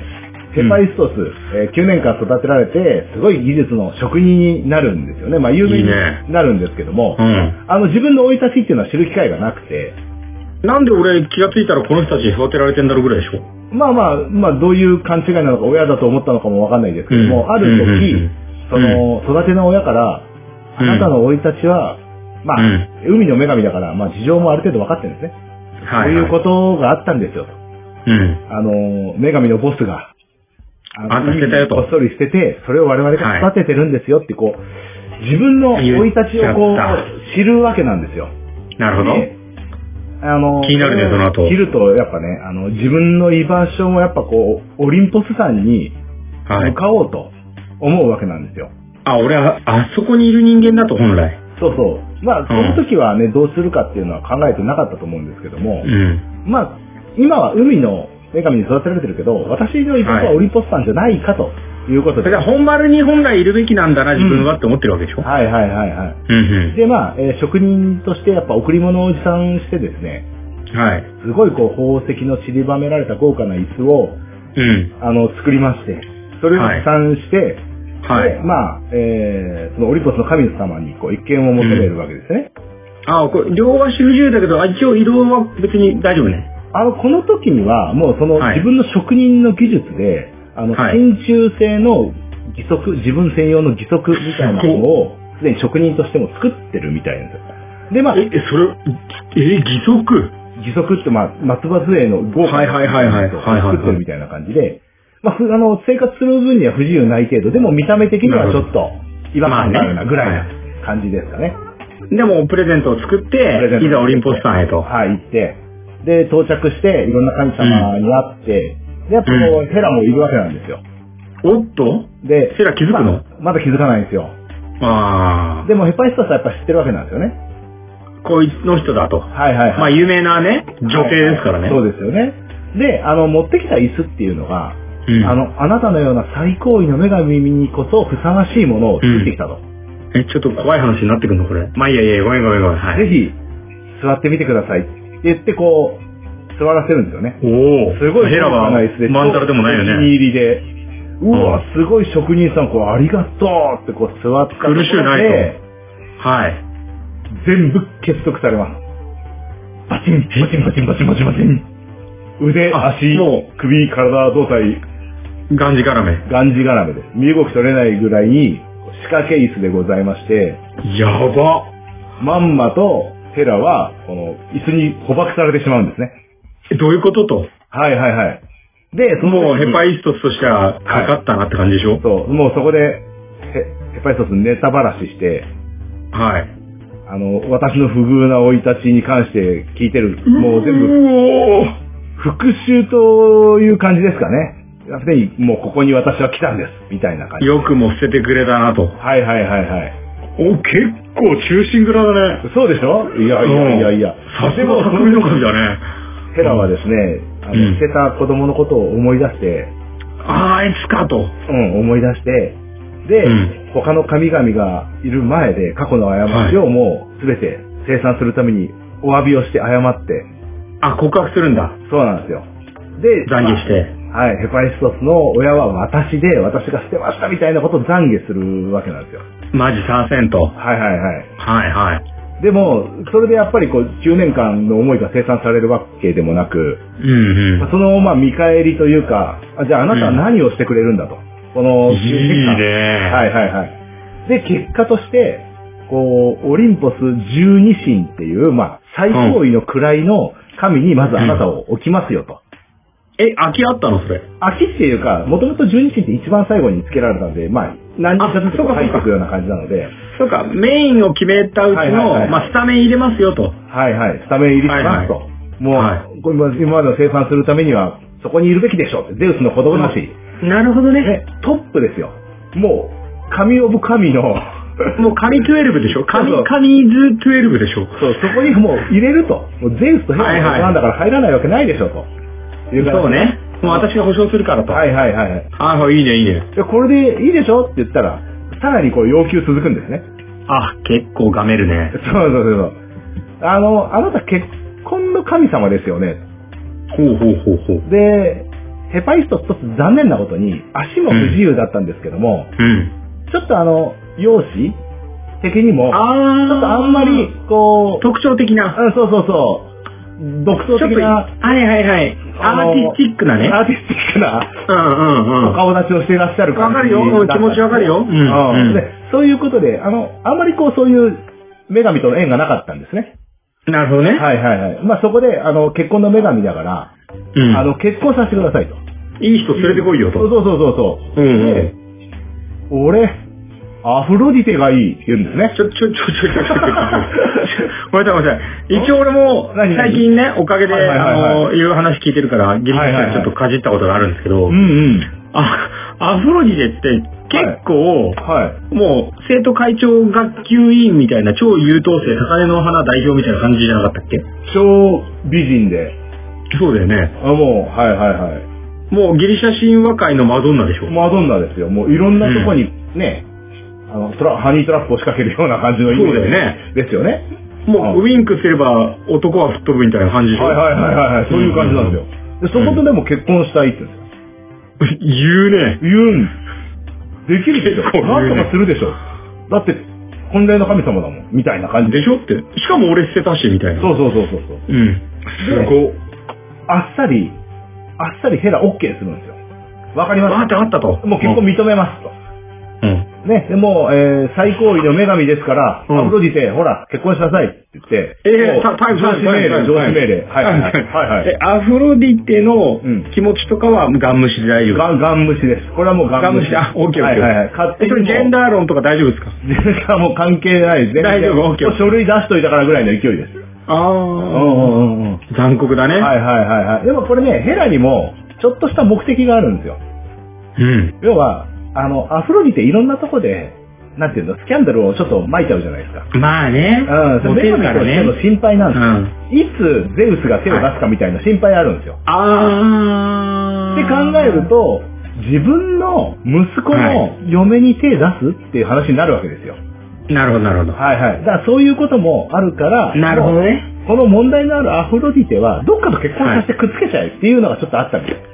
[SPEAKER 2] ヘパイストス、えー9年間育てられて、すごい技術の職人になるんですよね。まあ、有名
[SPEAKER 3] いい
[SPEAKER 2] に
[SPEAKER 3] ね
[SPEAKER 2] なるんですけども、
[SPEAKER 3] うん。
[SPEAKER 2] あの、自分の生い立ちっていうのは知る機会がなくて、
[SPEAKER 3] なんで俺気がついたらこの人たちに育てられてんだろうぐらいでしょ。
[SPEAKER 2] まあまあ、まあどういう勘違いなのか親だと思ったのかもわかんないですけども、
[SPEAKER 3] うん
[SPEAKER 2] ある時、
[SPEAKER 3] うん
[SPEAKER 2] その、育ての親から、あ
[SPEAKER 3] うん
[SPEAKER 2] なたの生い立ちは、まあ、
[SPEAKER 3] うん
[SPEAKER 2] 海の女神だから、まあ事情もある程度分かってるんですね。
[SPEAKER 3] は
[SPEAKER 2] そ
[SPEAKER 3] い。
[SPEAKER 2] ういうことがあったんですよと。
[SPEAKER 3] と。うん。
[SPEAKER 2] あの、女神のボスが、あ
[SPEAKER 3] あんた捨てたよと
[SPEAKER 2] こっそり捨てて、それを我々が育ててるんですよってこう、自分の生い立ちをこう
[SPEAKER 3] 言っちゃっ、
[SPEAKER 2] 知るわけなんですよ。
[SPEAKER 3] なるほど。
[SPEAKER 2] ねあの、
[SPEAKER 3] 気になるねその後
[SPEAKER 2] 切ると、やっぱね、あの、自分の居場所もやっぱこう、オリンポス山に
[SPEAKER 3] は
[SPEAKER 2] 向
[SPEAKER 3] い。
[SPEAKER 2] かおうと思うわけなんですよ。
[SPEAKER 3] あ、俺は、あそこにいる人間だと本来。
[SPEAKER 2] そうそう。まあ、その時はね、どうするかっていうのは考えてなかったと思うんですけども、
[SPEAKER 3] うん。
[SPEAKER 2] まあ、今は海の女神に育てられてるけど、私の居場所はオリンポス山じゃないかということ
[SPEAKER 3] そ
[SPEAKER 2] で。
[SPEAKER 3] れで本丸に本来いるべきなんだな、自分はって思ってるわけでしょ。
[SPEAKER 2] はいはいはいは
[SPEAKER 3] うん
[SPEAKER 2] い。で、まあ、えー職人としてやっぱ贈り物を持参してですね、
[SPEAKER 3] うん。はい。
[SPEAKER 2] すごいこう、宝石の散りばめられた豪華な椅子を、
[SPEAKER 3] うん。
[SPEAKER 2] あの、作りまして、それを持参して、
[SPEAKER 3] は
[SPEAKER 2] で
[SPEAKER 3] い。
[SPEAKER 2] まあ、えー、そのオリンポスの神様にこう、一見を求めるわけですね。
[SPEAKER 3] あ、これ、両足不自由だけど、あ一応移動は別に大丈夫ね。
[SPEAKER 2] あの、この時には、もうその、
[SPEAKER 3] はい
[SPEAKER 2] 自分の職人の技術で、あの、
[SPEAKER 3] はい
[SPEAKER 2] 真鍮製の義足、自分専用の義足みたいなものを、すでに職人としても作ってるみたいなんですよ。で、まあ、
[SPEAKER 3] え、それ、え、義足
[SPEAKER 2] 義足って、まあ、松葉杖の豪華
[SPEAKER 3] はいはいはいはい
[SPEAKER 2] な
[SPEAKER 3] はいはいはい
[SPEAKER 2] 作ってるみたいな感じで、まあ、ふあの、生活する分には不自由ない程度、でも見た目的にはちょっと違和感があるなぐらいな感じですかね。
[SPEAKER 3] でも、プレゼントを作っ
[SPEAKER 2] レゼン
[SPEAKER 3] て、
[SPEAKER 2] ト
[SPEAKER 3] いざオリンポスさんへと。
[SPEAKER 2] はい、行って、で、到着して、いろんな神様に会って、で、やっぱこう、ヘラもいるわけなんですよ。
[SPEAKER 3] おっと
[SPEAKER 2] で、
[SPEAKER 3] セラ気づくの
[SPEAKER 2] まあまだ気づかないんですよ。
[SPEAKER 3] あ
[SPEAKER 2] でもヘパイストスはやっぱ知ってるわけなんですよね。
[SPEAKER 3] あ。こいつの人だと。
[SPEAKER 2] はいはいはい。
[SPEAKER 3] まあ、有名なね、女性ですからね。
[SPEAKER 2] そうですよね。で、あの、持ってきた椅子っていうのが、
[SPEAKER 3] うん
[SPEAKER 2] あの、あなたのような最高位の女神にこそふさわしいものを作ってきたと。
[SPEAKER 3] え、ちょっと怖い話になってくんのこれ。まあ、いやいや、ごめんごめんごめん。は
[SPEAKER 2] ぜ
[SPEAKER 3] い。
[SPEAKER 2] ひ、座ってみてくださいって言って、こう、座らせるんですよね。
[SPEAKER 3] おお。
[SPEAKER 2] すごい
[SPEAKER 3] ヘラ
[SPEAKER 2] 高
[SPEAKER 3] は、
[SPEAKER 2] 価な椅子で
[SPEAKER 3] まんざらでもないよ
[SPEAKER 2] お気に
[SPEAKER 3] ね。
[SPEAKER 2] 入りで。うわ、すごい職人さん、こう、ありがとうってこう座ったところ
[SPEAKER 3] 苦しゅうないと
[SPEAKER 2] で、
[SPEAKER 3] はい。
[SPEAKER 2] 全部結束されます。バチン、バチン、バチン、バチン、バチン、バチン。腕、
[SPEAKER 3] あ
[SPEAKER 2] 足
[SPEAKER 3] も、
[SPEAKER 2] 首、体、胴体、
[SPEAKER 3] がんじがらめ。
[SPEAKER 2] がんじがらめです。身動き取れないぐらいに、仕掛け椅子でございまして、
[SPEAKER 3] やば。
[SPEAKER 2] まんまとヘラは、この、椅子に捕獲されてしまうんですね。
[SPEAKER 3] えどういうことと。
[SPEAKER 2] はいはいはい。で、その
[SPEAKER 3] もう
[SPEAKER 2] 時に
[SPEAKER 3] ヘパイストスとしてはかかったなって感じでしょ
[SPEAKER 2] そう、もうそこで、へヘパイストスネタばらしして、
[SPEAKER 3] はい。
[SPEAKER 2] あの、私の不遇な生い立ちに関して聞いてる、もう全部、
[SPEAKER 3] 部。
[SPEAKER 2] 復讐という感じですかね。すでにもうここに私は来たんです、みたいな感じ。
[SPEAKER 3] よくも捨ててくれたなと。
[SPEAKER 2] はいはいはいはい。
[SPEAKER 3] お、結構中心蔵だね。
[SPEAKER 2] そうでしょいやいやいやいや。
[SPEAKER 3] さす
[SPEAKER 2] でも
[SPEAKER 3] が匠の神だね。
[SPEAKER 2] ヘラはですね、あの、
[SPEAKER 3] うん
[SPEAKER 2] 捨てた子供のことを思い出して、
[SPEAKER 3] ああ、いつかと。
[SPEAKER 2] うん、思い出して、で、
[SPEAKER 3] うん
[SPEAKER 2] 他の神々がいる前で過去の過ちをもう全て清算するためにお詫びをして謝って、
[SPEAKER 3] あ、告白するんだ。
[SPEAKER 2] そうなんですよ。で、
[SPEAKER 3] 懺悔して。
[SPEAKER 2] まあはい、ヘパイストスの親は私で、私が捨てましたみたいなことを懺悔するわけなんですよ。
[SPEAKER 3] マジ参戦と。は
[SPEAKER 2] はいはいはい。
[SPEAKER 3] いはい。
[SPEAKER 2] でも、それでやっぱりこう、10年間の思いが清算されるわけでもなく、
[SPEAKER 3] うんうん。
[SPEAKER 2] その、まあ、見返りというか、あじゃああなたは何をしてくれるんだと。この、
[SPEAKER 3] いいね。
[SPEAKER 2] はいはいはい。で、結果として、こう、オリンポス十二神っていう、まあ、最高位の位の神にまずあなたを置きますよと。
[SPEAKER 3] え、空きあったのそれ。
[SPEAKER 2] 秋っていうか、もともと十二神って一番最後につけられたんで、まあ、何日かずつ
[SPEAKER 3] あそうかそうか
[SPEAKER 2] 入ってくるような感じなので、
[SPEAKER 3] そうか、メインを決めたうち
[SPEAKER 2] はいはいは
[SPEAKER 3] の、
[SPEAKER 2] い
[SPEAKER 3] まあ、スタメン入れますよと。
[SPEAKER 2] はいはい、スタメン入りしますと。
[SPEAKER 3] はい
[SPEAKER 2] もう、
[SPEAKER 3] は
[SPEAKER 2] これ今までを生産するためには、そこにいるべきでしょうって、ゼウスの子供だし、
[SPEAKER 3] なるほどね。
[SPEAKER 2] ね、トップですよ。もう、神オブ神の、
[SPEAKER 3] もう神12でしょ神
[SPEAKER 2] そうそう、
[SPEAKER 3] 神ズ12でしょ
[SPEAKER 2] そう、そこにもう入れると。もうゼウスとヘラ
[SPEAKER 3] はい
[SPEAKER 2] の
[SPEAKER 3] はい
[SPEAKER 2] なんだから入らないわけないでしょ、と。いう感じ
[SPEAKER 3] そう。ね。もう私が保証するからと。
[SPEAKER 2] はいはいはい。
[SPEAKER 3] ああ、いいね、いいね。
[SPEAKER 2] で、これでいいでしょって言ったら、さらにこう要求続くんですね。
[SPEAKER 3] あ、結構がめるね
[SPEAKER 2] そう。そうそうそう。あの、あなた結婚の神様ですよね。
[SPEAKER 3] ほうほうほうほう。
[SPEAKER 2] で、ヘパイスト一つ残念なことに、足も不自由だったんですけども、
[SPEAKER 3] うん。
[SPEAKER 2] ちょっとあの、容姿的にも、ち
[SPEAKER 3] あ
[SPEAKER 2] ょっとあんまり、、こう、
[SPEAKER 3] 特徴的な。
[SPEAKER 2] うん、そうそうそう、独
[SPEAKER 3] ちょ
[SPEAKER 2] 創
[SPEAKER 3] っと、
[SPEAKER 2] 的な、
[SPEAKER 3] はいはいはい。
[SPEAKER 2] あの
[SPEAKER 3] アーティスティックなね。
[SPEAKER 2] アーティスティックな、
[SPEAKER 3] うんうん
[SPEAKER 2] お
[SPEAKER 3] うん。
[SPEAKER 2] 顔立ちをしていらっしゃる感じ
[SPEAKER 3] わかるようん気持ちわかるようんうん
[SPEAKER 2] でそういうことで、あの、あんまりこう、そういう女神との縁がなかったんですね。
[SPEAKER 3] なるほどね。
[SPEAKER 2] はいはいはい。まあそこで、あの、結婚の女神だから、
[SPEAKER 3] うん
[SPEAKER 2] あの、結婚させてくださいと。
[SPEAKER 3] いい人連れてこいよ
[SPEAKER 2] そう
[SPEAKER 3] と。
[SPEAKER 2] そうそうそう
[SPEAKER 3] うん
[SPEAKER 2] そう。で、俺、アフロディテがいいって言うんですね。
[SPEAKER 3] ちょ、ちょ、ちょ、ちょ、ちょ、ちょ、ちょ、ちょ、ごめんなさい、ごめんなさい。一応俺も、
[SPEAKER 2] 何何
[SPEAKER 3] 最近ね、おかげで、
[SPEAKER 2] はいはいはいはい
[SPEAKER 3] あの、いろいろ話聞いてるから、ギリギリ
[SPEAKER 2] はいはいは
[SPEAKER 3] さん
[SPEAKER 2] い
[SPEAKER 3] ちょっとかじったことがあるんですけど
[SPEAKER 2] うん、うん。
[SPEAKER 3] あ、アフロディデって結構、
[SPEAKER 2] はい。
[SPEAKER 3] もう、生徒会長学級委員みたいな超優等生、高根の花代表みたいな感じじゃなかったっけ
[SPEAKER 2] 超美人で、
[SPEAKER 3] そうだよね。
[SPEAKER 2] あもう、はいはいはい。
[SPEAKER 3] もうギリシャ神話界のマドンナでしょ。
[SPEAKER 2] マドンナですよ。もういろんなとこにね、あの、トラ、ハニートラップを仕掛けるような感じのイメージ
[SPEAKER 3] そうだよね
[SPEAKER 2] ですよね。
[SPEAKER 3] もう、ウィンクすれば男は吹っ飛ぶみたいな感じでしょ。
[SPEAKER 2] はいはいはいはいはい、そういう感じなんですよ。で、そことでも結婚したいって言うんですよ
[SPEAKER 3] 言うね。
[SPEAKER 2] 言うん。できるでし
[SPEAKER 3] 結構
[SPEAKER 2] ょ。
[SPEAKER 3] 言う
[SPEAKER 2] なん
[SPEAKER 3] ね
[SPEAKER 2] とかするでしょ。だって、婚礼の神様だもん。みたいな感じで。
[SPEAKER 3] でしょって。しかも俺捨てたし、みたいな。
[SPEAKER 2] そうそうそうそうそう。
[SPEAKER 3] うん。すごっ。
[SPEAKER 2] あっさり、あっさりヘラ OK するんですよ。わかり
[SPEAKER 3] わー
[SPEAKER 2] ま
[SPEAKER 3] ってあったと。
[SPEAKER 2] すもう結婚認めますと。
[SPEAKER 3] うん。
[SPEAKER 2] ね、でもう、えー最高位の女神ですから、
[SPEAKER 3] うん
[SPEAKER 2] アフロディテ、ほら、結婚しなさいって言って、
[SPEAKER 3] えー
[SPEAKER 2] もう
[SPEAKER 3] タタイム
[SPEAKER 2] 上司命
[SPEAKER 3] タイ
[SPEAKER 2] 令、
[SPEAKER 3] ム
[SPEAKER 2] 上
[SPEAKER 3] タイム
[SPEAKER 2] 司命令。はいはいはい。はいはい
[SPEAKER 3] え、アフロディテの
[SPEAKER 2] うん
[SPEAKER 3] 気持ちとかはガン無視で大丈夫。
[SPEAKER 2] ガン、ガン虫です。これはもうガン虫。
[SPEAKER 3] ガン無視あ OK OK
[SPEAKER 2] はいはいはい。勝手に
[SPEAKER 3] え、そ
[SPEAKER 2] もう。
[SPEAKER 3] れジェンダー論とか大丈夫ですか
[SPEAKER 2] 全然もう関係ない。全然
[SPEAKER 3] 大丈夫
[SPEAKER 2] もう
[SPEAKER 3] OK
[SPEAKER 2] 書類出しといたからぐらいの勢いです。
[SPEAKER 3] あ
[SPEAKER 2] うん
[SPEAKER 3] あ。
[SPEAKER 2] うんうんうん。
[SPEAKER 3] 残酷だね。
[SPEAKER 2] はいはいはいはい。でもこれね、ヘラにも、ちょっとした目的があるんですよ。
[SPEAKER 3] うん。
[SPEAKER 2] 要は、あの、アフロディっていろんなとこで、なんていうの、スキャンダルをちょっと巻いちゃうじゃないですか。
[SPEAKER 3] まあね
[SPEAKER 2] うん、。そ
[SPEAKER 3] モ
[SPEAKER 2] れ
[SPEAKER 3] テ
[SPEAKER 2] 女神
[SPEAKER 3] るか
[SPEAKER 2] と
[SPEAKER 3] ら
[SPEAKER 2] しての
[SPEAKER 3] ね。
[SPEAKER 2] 心配なん
[SPEAKER 3] う
[SPEAKER 2] ですよ。
[SPEAKER 3] ん。
[SPEAKER 2] いつゼウスが手を出すかみたいな心配あるんですよ。
[SPEAKER 3] あ
[SPEAKER 2] って
[SPEAKER 3] ー。
[SPEAKER 2] 考えると、自分の息子
[SPEAKER 3] は
[SPEAKER 2] の嫁に手出すっていう話になるわけですよ。
[SPEAKER 3] なるほど、なるほど。
[SPEAKER 2] はいはい。だからそういうこともあるから、
[SPEAKER 3] なるほどね。
[SPEAKER 2] この問題のあるアフロディテは、どっかと結婚させてくっつけちゃえっていうのがちょっとあったみたい。
[SPEAKER 3] だか